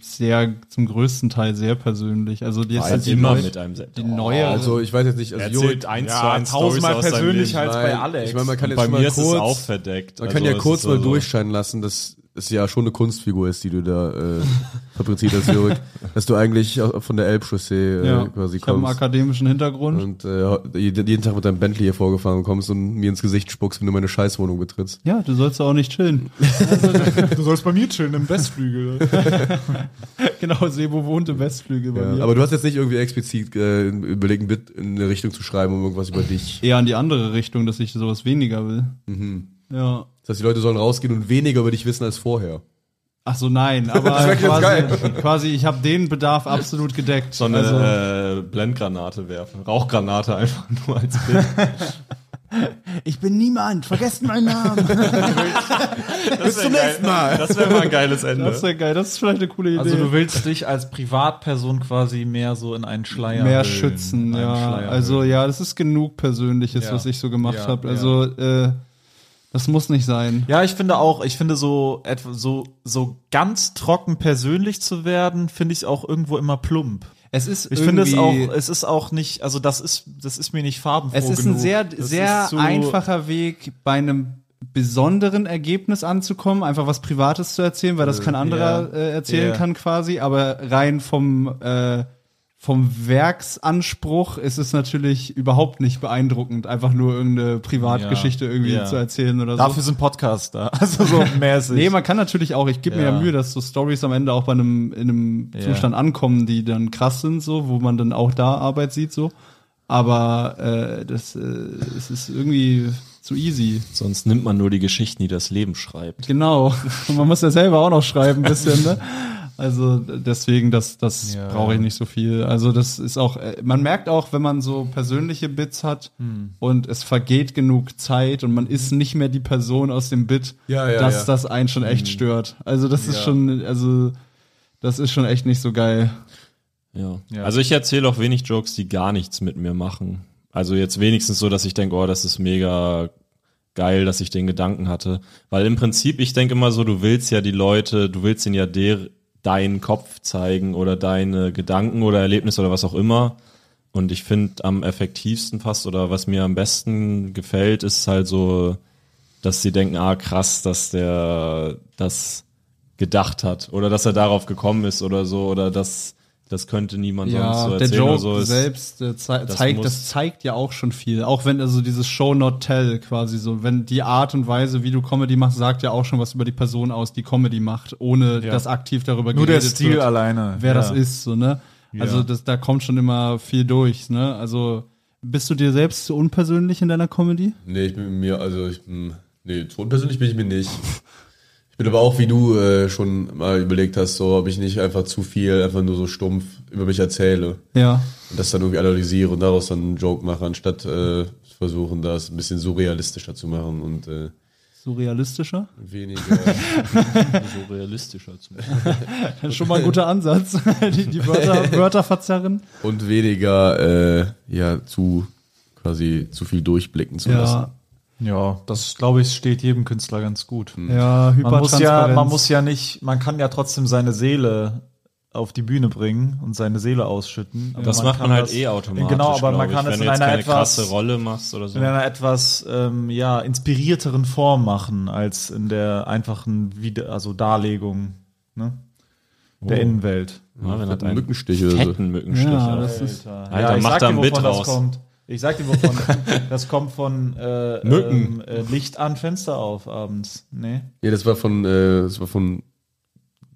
sehr, zum größten Teil sehr persönlich. Also die,
Ist
die,
immer
neu-
mit einem selbst.
die neue.
Also ich weiß jetzt nicht, also
Er
Jo,
erzählt eins zu eins
tausendmal
Storys aus seinem
persönlich
Leben.
halt. als bei
weil-
Alex.
Ich meine, man kann jetzt
Bei
mal
mir ist es
kurz,
auch verdeckt.
man
Also
kann ja
es ist
kurz mal
also-
durchscheinen lassen, dass es ja schon eine Kunstfigur ist, die du da äh, *laughs* fabriziert hast, Jörg, dass du eigentlich au- von der Elbchaussee äh,
ja,
quasi
ich habe einen
kommst.
akademischen Hintergrund.
Und äh, jeden jeden Tag mit deinem Bentley hier vorgefahren kommst und mir ins Gesicht spuckst, wenn du meine Scheißwohnung betrittst.
Ja, du sollst ja auch nicht
*laughs*
chillen. Also,
Du sollst bei mir chillen im Westflügel.
*laughs* genau, Sebo wohnt im Westflügel bei
Ja,
mir.
aber du hast jetzt nicht irgendwie explizit äh, überlegt, ein Bit in eine Richtung zu schreiben, um irgendwas über dich.
Eher in die andere Richtung, dass ich sowas weniger will.
Mhm.
Ja.
Das heißt, die Leute sollen rausgehen und weniger über dich wissen als vorher.
Ach so, nein, aber
wär jetzt
quasi, quasi, ich habe den Bedarf absolut gedeckt.
So eine
also,
äh, Blendgranate werfen. Rauchgranate einfach nur als Bild.
ich bin niemand, vergesst meinen Namen.
Bis zum nächsten Mal. Das wäre mal ein geiles
*laughs*
Ende.
Das ist ja geil, das ist vielleicht eine coole Idee.
Also du willst dich als Privatperson quasi mehr so in einen Schleier
mehr
hüllen,
schützen,
in einen
ja.
Schleier
Also
hüllen.
ja, das ist genug Persönliches,
Ja.
was ich so gemacht
Ja,
habe.
ja.
Also äh, das muss nicht sein.
Ja, ich finde auch, ich finde so etwa so so ganz trocken persönlich zu werden, finde ich auch irgendwo immer plump.
Es ist
Ich finde es auch,
irgendwie-
es ist auch nicht, also das ist das ist mir nicht farbenfroh
Es ist ein
genug.
sehr,
Das
sehr
ist so-
einfacher Weg, bei einem besonderen Ergebnis anzukommen, einfach was Privates zu erzählen, weil das kein anderer
ja.
äh, erzählen
Ja.
kann quasi, aber rein vom, äh, vom Werksanspruch ist es natürlich überhaupt nicht beeindruckend, einfach nur irgendeine Privatgeschichte
Ja.
irgendwie
Ja.
zu erzählen oder
Dafür
so.
sind Podcasts
*laughs*
da, also *laughs* so mäßig.
Nee, man kann natürlich auch, ich gebe mir ja
Ja.
Mühe, dass so Stories am Ende auch bei einem, in einem
Ja.
Zustand ankommen, die dann krass sind, so, wo man dann auch da Arbeit sieht, so. Aber äh, das, äh, es ist irgendwie zu easy.
Sonst nimmt man nur die Geschichten, die das Leben schreibt.
Genau. *laughs* Und man muss ja selber auch noch schreiben, ein bisschen, ne? Also d- deswegen, das, das
Ja.
brauche ich nicht so viel. Also das ist auch, äh, man merkt auch, wenn man so persönliche Bits hat
Hm.
und es vergeht genug Zeit und man ist nicht mehr die Person aus dem Bit,
Ja, ja,
dass
ja. Hm.
das einen schon echt stört. Also das ist
Ja.
schon, also das ist schon echt nicht so geil.
Ja.
Ja.
Also ich erzähle auch wenig Jokes, die gar nichts mit mir machen. Also jetzt wenigstens so, dass ich denke, oh, das ist mega geil, dass ich den Gedanken hatte. Weil im Prinzip, ich denke immer so, du willst ja die Leute, du willst ihnen ja der, deinen Kopf zeigen oder deine Gedanken oder Erlebnisse oder was auch immer. Und ich finde am effektivsten fast oder was mir am besten gefällt, ist halt so, dass sie denken, ah krass, dass der das gedacht hat oder dass er darauf gekommen ist oder so oder dass das könnte niemand sonst so
der
erzählen
Joke
oder so. Ist,
selbst, der zei
das
zeigt,
muss-
das zeigt ja auch schon viel. Auch wenn, also dieses Show not tell quasi so, wenn die Art und Weise, wie du Comedy machst, sagt ja auch schon was über die Person aus, die Comedy macht, ohne dass aktiv darüber
nur der
geredet
Stil
wird,
alleine. ja.
wer das ist, so, ne? Also das, da kommt schon immer viel durch, ne? Also bist du dir selbst zu unpersönlich in deiner Comedy?
Nee, ich bin mir, also ich, hm, nee, so unpersönlich bin ich mir nicht. Ich bin aber auch, wie du äh, schon mal überlegt hast, so, ob ich nicht einfach zu viel, einfach nur so stumpf über mich erzähle
Ja.
und das dann irgendwie analysiere und daraus dann einen Joke mache, anstatt äh, zu versuchen, das ein bisschen surrealistischer zu machen und äh,
*laughs*
Surrealistischer?
weniger.
so realistischer zum
Schon mal ein guter Ansatz. *laughs* die die
*laughs*
Wörter, Wörter verzerren.
und weniger, äh, ja, zu, quasi zu viel durchblicken zu lassen.
Ja,
Ja, das glaube ich steht jedem Künstler ganz gut.
Hm.
Man
ja,
muss ja, man
Hypertransparenz.
muss ja nicht, man kann ja trotzdem seine Seele auf die Bühne bringen und seine Seele ausschütten. Aber
Das macht
kann
man halt
das-
eh automatisch.
Genau, aber man
glaub
kann es
ich,
in
wenn du jetzt
einer
keine
etwas
krasse Rolle machst oder so.
in einer etwas ähm, ja inspirierteren Form machen als in der einfachen Wieder also Darlegung ne? der
Oh.
Innenwelt.
Marvin hat
Ein
einen
Mückenstich oder so.
fetten Mückenstich.
Ja,
Alter.
das ist,
Alter,
Alter, mach da ein Bit
das
raus.
kommt. Ich sag dir,
*laughs*
wovon. das kommt von äh,
Mücken.
ähm, äh, Licht an, Fenster auf abends. Nee.
Ja, das war von, äh, das war von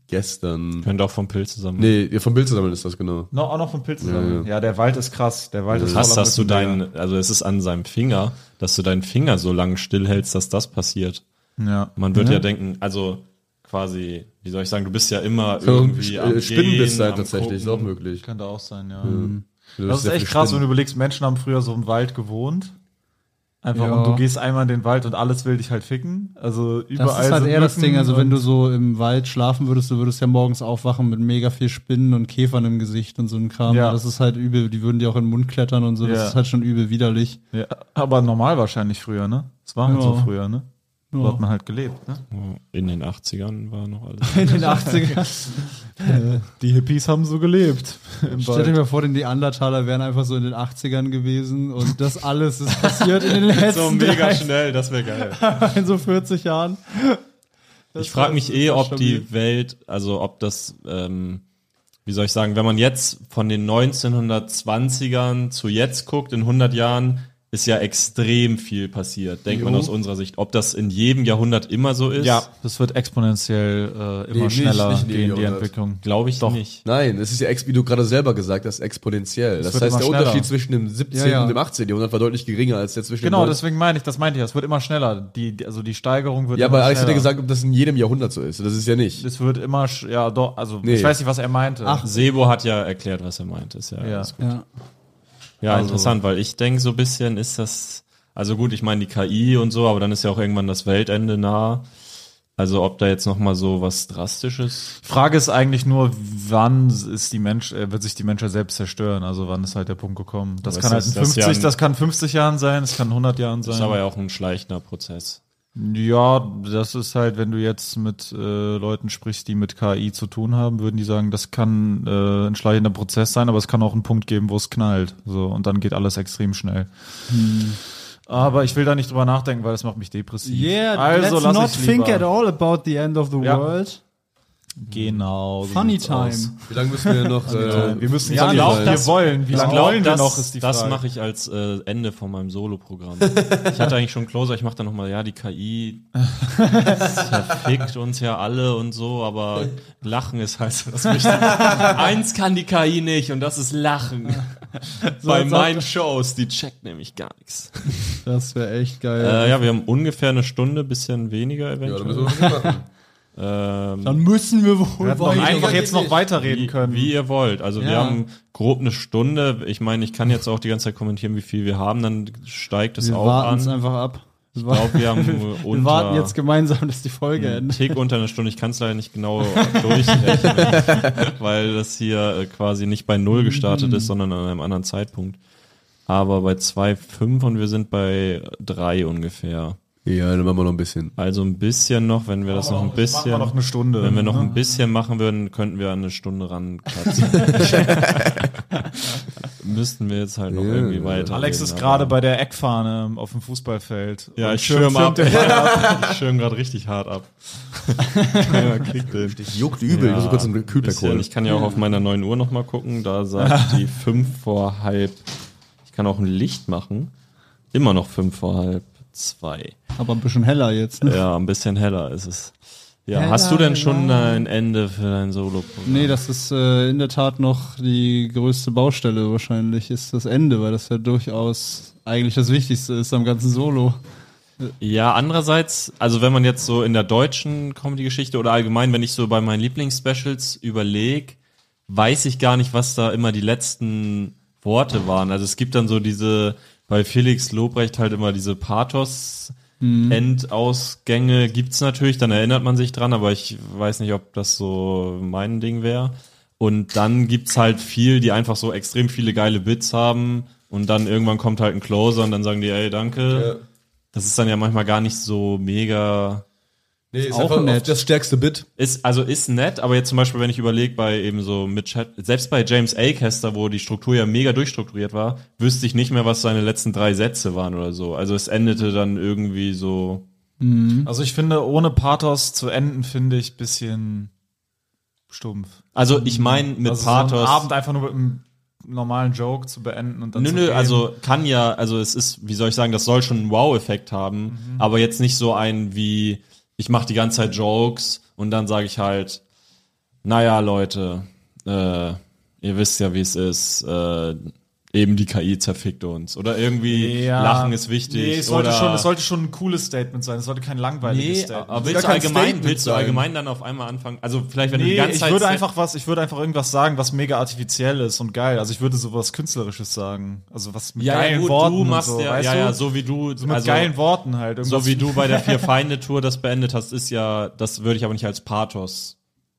gestern.
Könnte auch vom Pilz zusammen.
Nee, ja, vom Bild zusammen ist das genau.
No, auch noch von Pilzen.
Ja,
sammeln.
ja.
ja, der Wald ist krass. Der Wald ist
Krass,
voller
dass du
Mückenbilder.
deinen, also es ist an seinem Finger, dass du deinen Finger so lange stillhältst, dass das passiert.
Ja. Mhm.
Man wird ja denken, also quasi, wie soll ich sagen, du bist ja immer irgendwie
Irgendwie
am
Spinnen bist
Gehen,
sein
am
äh, halt tatsächlich, ist auch
Gucken.
möglich.
Könnte auch sein, ja.
Du
Das
hast
ist
sehr
echt
viele
krass, wenn du
Spinnen.
überlegst, Menschen haben früher so im Wald gewohnt. Einfach,
Ja.
und du gehst einmal in den Wald und alles will dich halt ficken. Also überall
Das ist halt
sind
eher das
Mücken
Ding, also wenn du
und-
so im Wald schlafen würdest, du würdest ja morgens aufwachen mit mega viel Spinnen und Käfern im Gesicht und so ein Kram.
Ja.
Das ist halt übel, die würden dir auch in den Mund klettern und so, das
Ja.
ist halt schon übel widerlich.
Ja, aber normal wahrscheinlich früher, ne? Das war halt
Ja.
so früher, ne? So *laughs* hat man halt gelebt. Ne?
In den 80ern war noch
*laughs*
alles.
In den 80ern.
Die Hippies haben so gelebt.
*laughs*
Im
Stell dir
Wald.
mal vor, die Neandertaler wären einfach so in den 80ern gewesen und das alles ist passiert in den letzten
So mega
30,
schnell, das wäre geil.
in so 40 Jahren.
Ich frage mich eh, ob
stabil.
die Welt, also ob das, ähm, wie soll ich sagen, wenn man jetzt von den 1920ern zu jetzt guckt, in 100 Jahren, ist ja extrem viel passiert, denkt man aus unserer Sicht. Ob das in jedem Jahrhundert immer so ist,
Das wird exponentiell äh,
Nee,
immer
nicht-
schneller
nicht in dem
gehen, die
Jahrhundert.
Entwicklung.
glaube ich nicht.
Nein, es ist ja, ex- wie du gerade selber gesagt hast, exponentiell. Das,
wird
heißt,
immer
der
schneller.
Unterschied zwischen dem 17.
Ja, ja.
und dem 18. Jahrhundert war deutlich geringer als der zwischen
Genau,
dem
deswegen meine ich, das meinte ich, ja, es wird immer schneller. Die, die- also die Steigerung wird
Ja,
immer
aber Alex hat ja
schneller.
gesagt, ob das in jedem Jahrhundert so ist. Das ist ja nicht.
es wird immer, sch- ja doch, also
Nee.
ich weiß nicht, was er meinte.
Ach,
Sebo hat ja erklärt, was er meint. Ist ja,
Ja. Also
alles gut.
Ja.
ja interessant, weil ich denke so ein bisschen ist das, also gut, ich meine die KI und so, aber dann ist ja auch irgendwann das Weltende nah. Also ob da jetzt nochmal so was Drastisches
Frage ist eigentlich nur, wann ist die Mensch, äh, wird sich die Menschheit selbst zerstören? Also wann ist halt der Punkt gekommen? Das
Aber
kann halt
ist das-
in
das ist
50,
ja
das,
ein-
kann 50 Jahren sein, das kann 100 Jahren sein.
ist aber ja auch ein schleichender Prozess.
Ja, das ist halt, wenn du jetzt mit äh, Leuten sprichst, die mit KI zu tun haben, würden die sagen, das kann äh, ein schleichender Prozess sein, aber es kann auch einen Punkt geben, wo es knallt. So, und dann geht alles extrem schnell.
Hm.
Aber ich will da nicht drüber nachdenken, weil das macht mich depressiv.
Yeah,
also
let's not
lass ich
think
lieber.
at all about the end of the
Ja.
world.
Genau. so
Funny
sieht's
time.
aus.
Wie lange müssen wir *laughs* noch? äh, wir müssen
Ja,
Ich
ja
glaub,
wir
das-
wollen. Wie
Ich
lange
glaube,
wollen
das,
wir noch, ist die Frage.
das mache ich als äh, Ende von
*laughs*
meinem Solo-Programm. ich hatte eigentlich schon Closer, ich mache dann nochmal, ja, die KI zerfickt uns ja alle und so, aber Lachen ist halt so
*laughs*
das Wichtige. Eins kann die KI nicht und das ist Lachen. Bei
als
meinen Shows, die checkt nämlich gar nichts.
Das wäre echt geil.
Äh, ja, wir haben ungefähr eine Stunde, bisschen weniger
Ja, dann
eventuell.
müssen wir was machen.
ähm,
Dann müssen wir wohl
wir hätten doch
weiter.
einfach jetzt noch weiterreden
wie,
können.
wie ihr wollt. Also wir
Ja.
haben grob eine Stunde. Ich meine, ich kann jetzt auch die ganze Zeit kommentieren, wie viel wir haben. Dann steigt es
Wir
auch
warten es
an.
einfach ab. Ich
glaube, wir
*laughs*
haben nur
wir
unter- Hm.
warten jetzt gemeinsam, dass die Folge
Ein
endet.
Tick unter einer Stunde. Ich kann es leider nicht genau durchrechnen, weil das hier äh, quasi nicht bei Null gestartet ist, sondern an einem anderen Zeitpunkt. Aber bei 2,5 und wir sind bei 3 ungefähr.
Ja, dann machen wir noch ein bisschen.
Also ein bisschen noch, wenn wir das noch ein
Machen wir
bisschen,
noch eine Stunde. ne?
wenn wir noch ein bisschen machen würden, könnten wir an eine
*laughs*
Stunde rankratzen. Müssten wir jetzt halt noch
Ja.
irgendwie weiter.
Alex
reden,
ist
aber-
gerade bei der Eckfahne ähm, auf dem Fußballfeld.
Ja,
Und
ich schirm
filmt
ab.
den Ball.
Ich schirm gerade richtig
*laughs*
hart ab. Keiner kriegt den.
Dich juckt übel. ich muss kurz einen Kühlpack
bisschen.
holen.
Ich kann ja auch auf meiner 9 Uhr nochmal gucken. Da sagt die 5 vor halb. Ich kann auch ein Licht machen. Immer noch 5 vor halb 2.
Aber ein bisschen heller jetzt. Ne?
Ja, ein bisschen heller ist es. Ja,
Heller,
hast du denn schon
heller.
ein Ende für dein Solo-Programm?
Nee, das ist äh, in der Tat noch die größte Baustelle wahrscheinlich, ist das Ende, weil das ja durchaus eigentlich das Wichtigste ist am ganzen Solo.
Ja, andererseits, also wenn man jetzt so in der deutschen Comedy-Geschichte oder allgemein, wenn ich so bei meinen Lieblingsspecials überlege, weiß ich gar nicht, was da immer die letzten Worte waren. Also es gibt dann so diese, bei Felix Lobrecht halt immer diese Pathos-Endausgänge gibt's natürlich, dann erinnert man sich dran, aber ich weiß nicht, ob das so mein Ding wäre. Und dann gibt's halt viel, die einfach so extrem viele geile Bits haben und dann irgendwann kommt halt ein Closer und dann sagen die, ey, danke. Das ist dann ja manchmal gar nicht so mega.
Nee, ist
Auch
einfach
nett.
das stärkste Bit.
Ist, also ist nett, aber jetzt zum Beispiel, wenn ich überlege, bei eben so mit Chat, selbst bei James Acaster, wo die Struktur ja mega durchstrukturiert war, wüsste ich nicht mehr, was seine letzten drei Sätze waren oder so. Also es endete dann irgendwie so. Mhm.
Also ich finde, ohne Pathos zu enden, finde ich bisschen stumpf.
Also ich meine mit
also so einen
Pathos.
Abend einfach nur mit einem normalen Joke zu beenden und dann
Nö,
zu
nö,
gehen.
also kann ja, also es ist, wie soll ich sagen, das soll schon einen Wow-Effekt haben,
Mhm.
aber jetzt nicht so ein wie, ich mache die ganze Zeit Jokes und dann sage ich halt, naja, Leute, äh, ihr wisst ja, wie es ist, äh, eben die KI zerfickt uns. Oder irgendwie
Ja.
Lachen ist wichtig.
Nee, es sollte,
oder
schon, es sollte schon ein cooles Statement sein. Es sollte kein langweiliges
nee,
Statement sein.
gar
aber willst du
kein
allgemein,
Statement
willst du
sein.
allgemein dann auf einmal anfangen? Also vielleicht, wenn du die
Nee,
ganze
ich
Zeit
würde einfach was, ich würde einfach irgendwas sagen, was mega artifiziell ist und geil. Also ich würde sowas künstlerisches sagen. Also was mit
ja,
geilen
ja, gut,
Worten.
du machst
und so,
ja,
weißt
ja,
du?
ja, so wie du, also
mit geilen Worten halt.
So
Irgendwas
wie du bei der Vier-Feinde-Tour das beendet hast, ist ja, das würde ich aber nicht als Pathos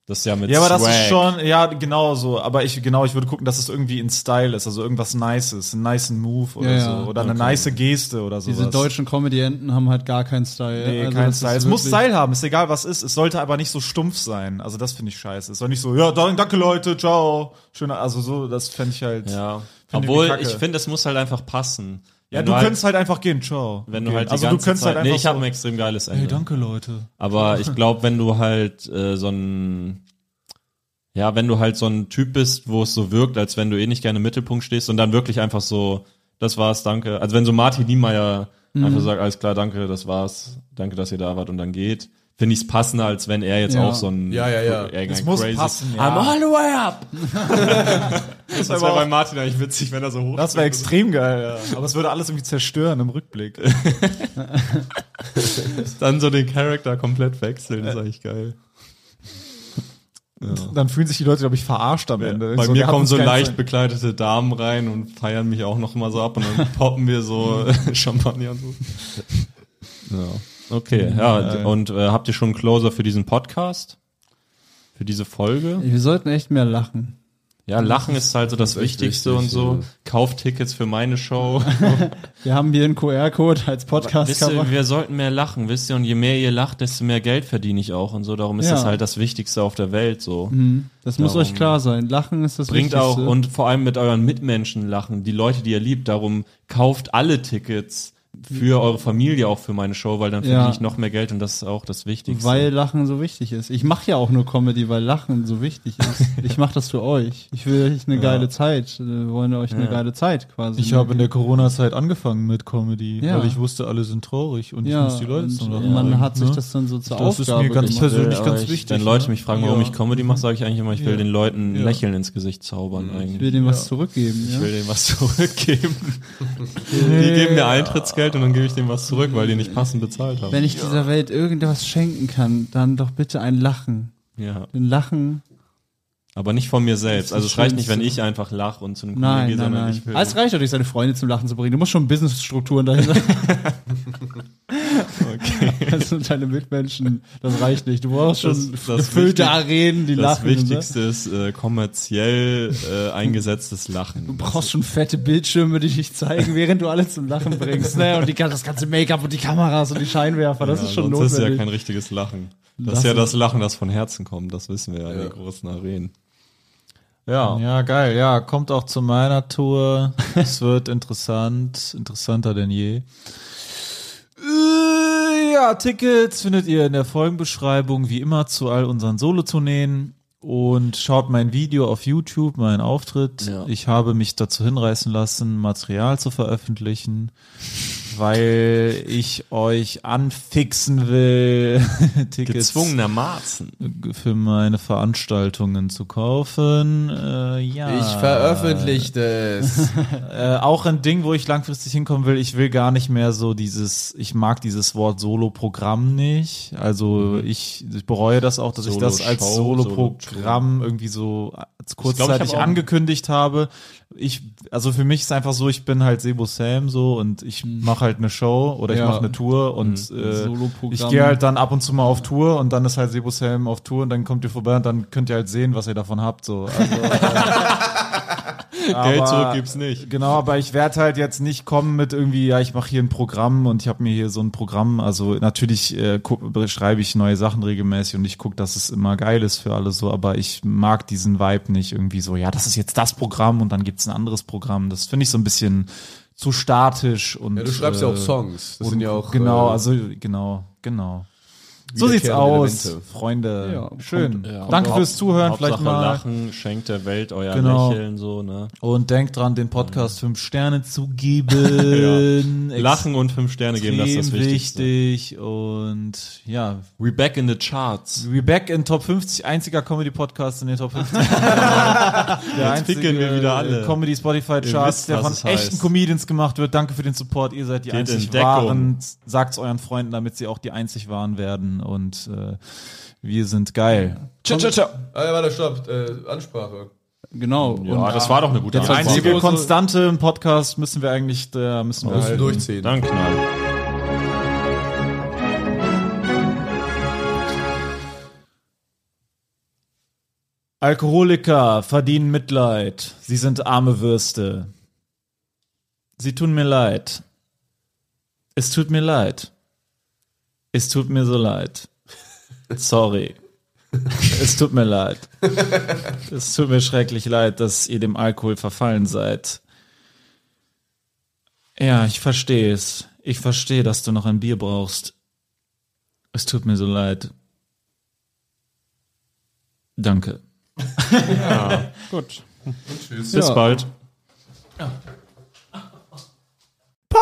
Das ist ja mit
Ja, aber das ist
Swag.
schon, ja, genau so. Aber ich, genau, ich würde gucken, dass es irgendwie in Style ist, also irgendwas Nices, einen niceen Move oder
Ja,
so.
ja,
Oder eine nice Geste oder sowas.
Diese deutschen Comedy-Enten haben halt gar keinen Style.
Nee,
Also
kein
das ist
Style. Es muss
wirklich-
Style haben, ist egal was ist. Es sollte aber nicht so stumpf sein. Also das finde ich scheiße. Es soll nicht so, ja, dann, danke Leute, ciao. Schöner, also so, das fände ich halt.
Ja.
Find ich
Obwohl,
kacke.
ich finde, es muss halt einfach passen.
Ja,
Wenn
du
halt-
könntest halt einfach gehen, ciao.
Wenn du
Okay.
halt die
also
ganze
du könntest
Zeit,
halt einfach
Nee, ich habe
so,
ein extrem geiles Ende.
hey, danke Leute.
Aber ich glaube, wenn du halt äh, so ein ja, wenn du halt so ein Typ bist, wo es so wirkt, als wenn du eh nicht gerne im Mittelpunkt stehst und dann wirklich einfach so, das war's, danke. Also wenn so Martin Niemeyer einfach sagt, alles klar, danke, das war's, danke, dass ihr da wart und dann geht, finde ich's passender, als wenn er jetzt
Ja.
auch so ein
Ja, ja, ja.
irgendein
Es muss
crazy-
passen, ja.
I'm all the way up.
*laughs* Das
Das
wäre
wäre bei
wär
Martin eigentlich witzig, wenn er so hoch.
wär extrem geil, ja. Aber es würde alles irgendwie zerstören im
*laughs*
Rückblick.
dann so den Charakter komplett wechseln, ist eigentlich geil.
Dann fühlen sich die Leute, glaube ich, verarscht am Ende.
Bei
So,
mir
wir
kommen
hatten's
so
keinen
leicht
Sinn.
bekleidete Damen rein und feiern mich auch noch mal so ab und dann poppen wir so äh, *laughs* Champagner und so. Ja. Okay, ja. Und äh, habt ihr schon einen Closer für diesen Podcast? Für diese Folge?
Wir sollten echt mehr lachen.
Ja, Lachen ist halt so das,
echt
Wichtigste
wichtig,
und so.
ja.
Kauft Tickets für meine Show.
Wir haben hier einen QR-Code als
Wisst ihr,
Podcast-Cover.
wir sollten mehr lachen, wisst ihr? Und je mehr ihr lacht, desto mehr Geld verdiene ich auch und so. Darum ist
Ja.
das halt das Wichtigste auf der Welt so.
Hm, Das muss
Darum-
euch klar sein. Lachen ist das
Bringt auch
Wichtigste.
und vor allem mit euren Mitmenschen lachen, die Leute, die ihr liebt. Darum kauft alle Tickets für eure Familie, auch für meine Show, weil dann
Ja.
verdiene ich noch mehr Geld und das ist auch das Wichtigste.
ne?
Weil Lachen so wichtig ist. Ich mache ja auch nur Comedy, weil Lachen so wichtig
*laughs*
ist. Ich mache das für euch. Ich will euch eine geile Zeit. Wir wollen euch eine geile Zeit quasi. ne?
Ich habe in der Corona-Zeit angefangen mit Comedy,
Ja.
weil ich wusste, alle sind traurig und
ja,
ich muss die Leute zum
und
Lachen
man
bringen,
hat sich
ne?
das dann so zur
Das ist
Aufgabe
mir ganz
gemacht.
persönlich
Äh, Aber
ganz
ich,
wichtig.
Wenn
ne?
Leute mich fragen, warum
Ja.
ich Comedy mache, sage ich eigentlich immer, ich will
Ja.
den Leuten ein
Ja.
Lächeln ins Gesicht zaubern
Ich
eigentlich.
will dem was zurückgeben. Ja?
Ich will denen was *laughs* zurückgeben. Die geben mir Eintrittsgeld und dann gebe ich denen was zurück, weil die nicht passend bezahlt haben.
Wenn ich dieser Welt irgendwas schenken kann, dann doch bitte ein Lachen.
Ja.
Ein Lachen.
Aber nicht von mir selbst. Also es reicht nicht, wenn
Schönste.
ich einfach lache und zu einem
Nein,
Kollegen gehe,
nein,
sondern
nein.
ich will.
Ah, Es reicht doch nicht, seine Freunde zum Lachen zu bringen. Du musst schon Businessstrukturen *laughs*
*laughs*
dahinter. okay. Also deine Mitmenschen, das reicht nicht. Du brauchst schon
Das- das
gefüllte
Wichtig-
Arenen, die
Das
lachen. ne?
Wichtigste ist äh, kommerziell äh, eingesetztes Lachen.
Du brauchst schon fette Bildschirme, die dich zeigen, während du alle zum Lachen bringst. Ne? Und die, das ganze Make-up und die Kameras und die Scheinwerfer, das ist schon
Sonst ist ja
notwendig.
kein richtiges Lachen. Das
Lachen.
ist ja das Lachen, das von Herzen kommt. Das wissen wir ja, in den großen Arenen. Ja.
Ja, geil. Ja, kommt auch zu meiner Tour. es wird interessant, interessanter denn je. Äh, Ja, Tickets findet ihr in der Folgenbeschreibung wie immer zu all unseren Solo-Tourneen. Und schaut mein Video auf YouTube, meinen Auftritt. Ich habe mich dazu hinreißen lassen, Material zu veröffentlichen, weil ich euch anfixen will, *laughs* Tickets
Gezwungenermaßen.
für meine Veranstaltungen zu kaufen. Äh, ja.
Ich veröffentliche es.
Äh, auch ein Ding, wo ich langfristig hinkommen will. Ich will gar nicht mehr so dieses, ich mag dieses Wort Solo-Programm nicht. Also
Mhm.
ich, ich bereue das auch, dass ich das als
Solo-Show,
Solo-Programm irgendwie so als
glaub,
kurzzeitig
ich hab auch-
angekündigt habe. Ich, also für mich ist einfach so, ich bin halt Sebo Sam so und ich
Mhm.
mache halt eine Show oder
Ja.
ich mache eine Tour und äh,
Solo-Programm.
ich gehe halt dann ab und zu mal auf Tour und dann ist halt Sebo Sam auf Tour und dann kommt ihr vorbei und dann könnt ihr halt sehen, was ihr davon habt. So. Also,
Geld
aber-
zurück gibt's nicht.
Genau, aber ich werde halt jetzt nicht kommen mit irgendwie, ja, ich mache hier ein Programm und ich habe mir hier so ein Programm. Also natürlich äh, gu- beschreibe ich neue Sachen regelmäßig und ich gucke, dass es immer geil ist für alle so, aber ich mag diesen Vibe nicht irgendwie so, ja, das ist jetzt das Programm und dann gibt's ein anderes Programm. Das finde ich so ein bisschen zu statisch und. äh,
Ja, du schreibst ja auch Songs. Das
und-
sind ja auch.
Genau,
äh,
also genau, genau. So sieht's
wiederkehrende
aus,
Elemente.
Freunde.
Ja,
Schön.
Ja,
Danke
Haupt-
fürs Zuhören.
Hauptsache
Vielleicht mal.
Lachen schenkt der Welt euer
Genau.
Lächeln so, ne?
Und denkt dran, den Podcast fünf Sterne zu
*laughs*
geben.
Mhm. Lachen und fünf Sterne geben, das ist das
extrem
Wichtigste.
wichtig. Und ja,
We back in the charts.
we back in Top 50, einziger Comedy-Podcast in den Top
*laughs*
50. der
fickeln wir wieder alle.
Comedy Spotify Charts,
wisst,
der
was
von
es
echten
heißt.
Comedians gemacht wird. Danke für den Support, ihr seid die
Geht in
einzig
Deckung.
wahren. Sagt's euren Freunden, damit sie auch die einzig wahren werden. Und äh, wir sind geil.
Ciao, ciao, ciao. Ah, ja, warte, stopp. Äh, Ansprache.
Genau.
Ja, das war doch eine gute
Die einzige
Antwort.
Konstante im Podcast müssen wir eigentlich, da müssen wir halt halten.
Müssen wir durchziehen.
Dann knall.
Alkoholiker verdienen Mitleid. Sie sind arme Würste. Sie tun mir leid. Es tut mir leid. Es tut mir so leid. Sorry. Es tut mir leid. Es tut mir schrecklich leid, dass ihr dem Alkohol verfallen seid. Ja, ich verstehe es. Ich verstehe, dass du noch ein Bier brauchst. Es tut mir so leid. Danke.
Gut.
Bis bald.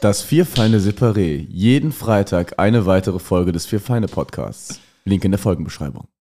Das Vierfeine Separé. Jeden Freitag eine weitere Folge des Vierfeine Podcasts. Link in der Folgenbeschreibung.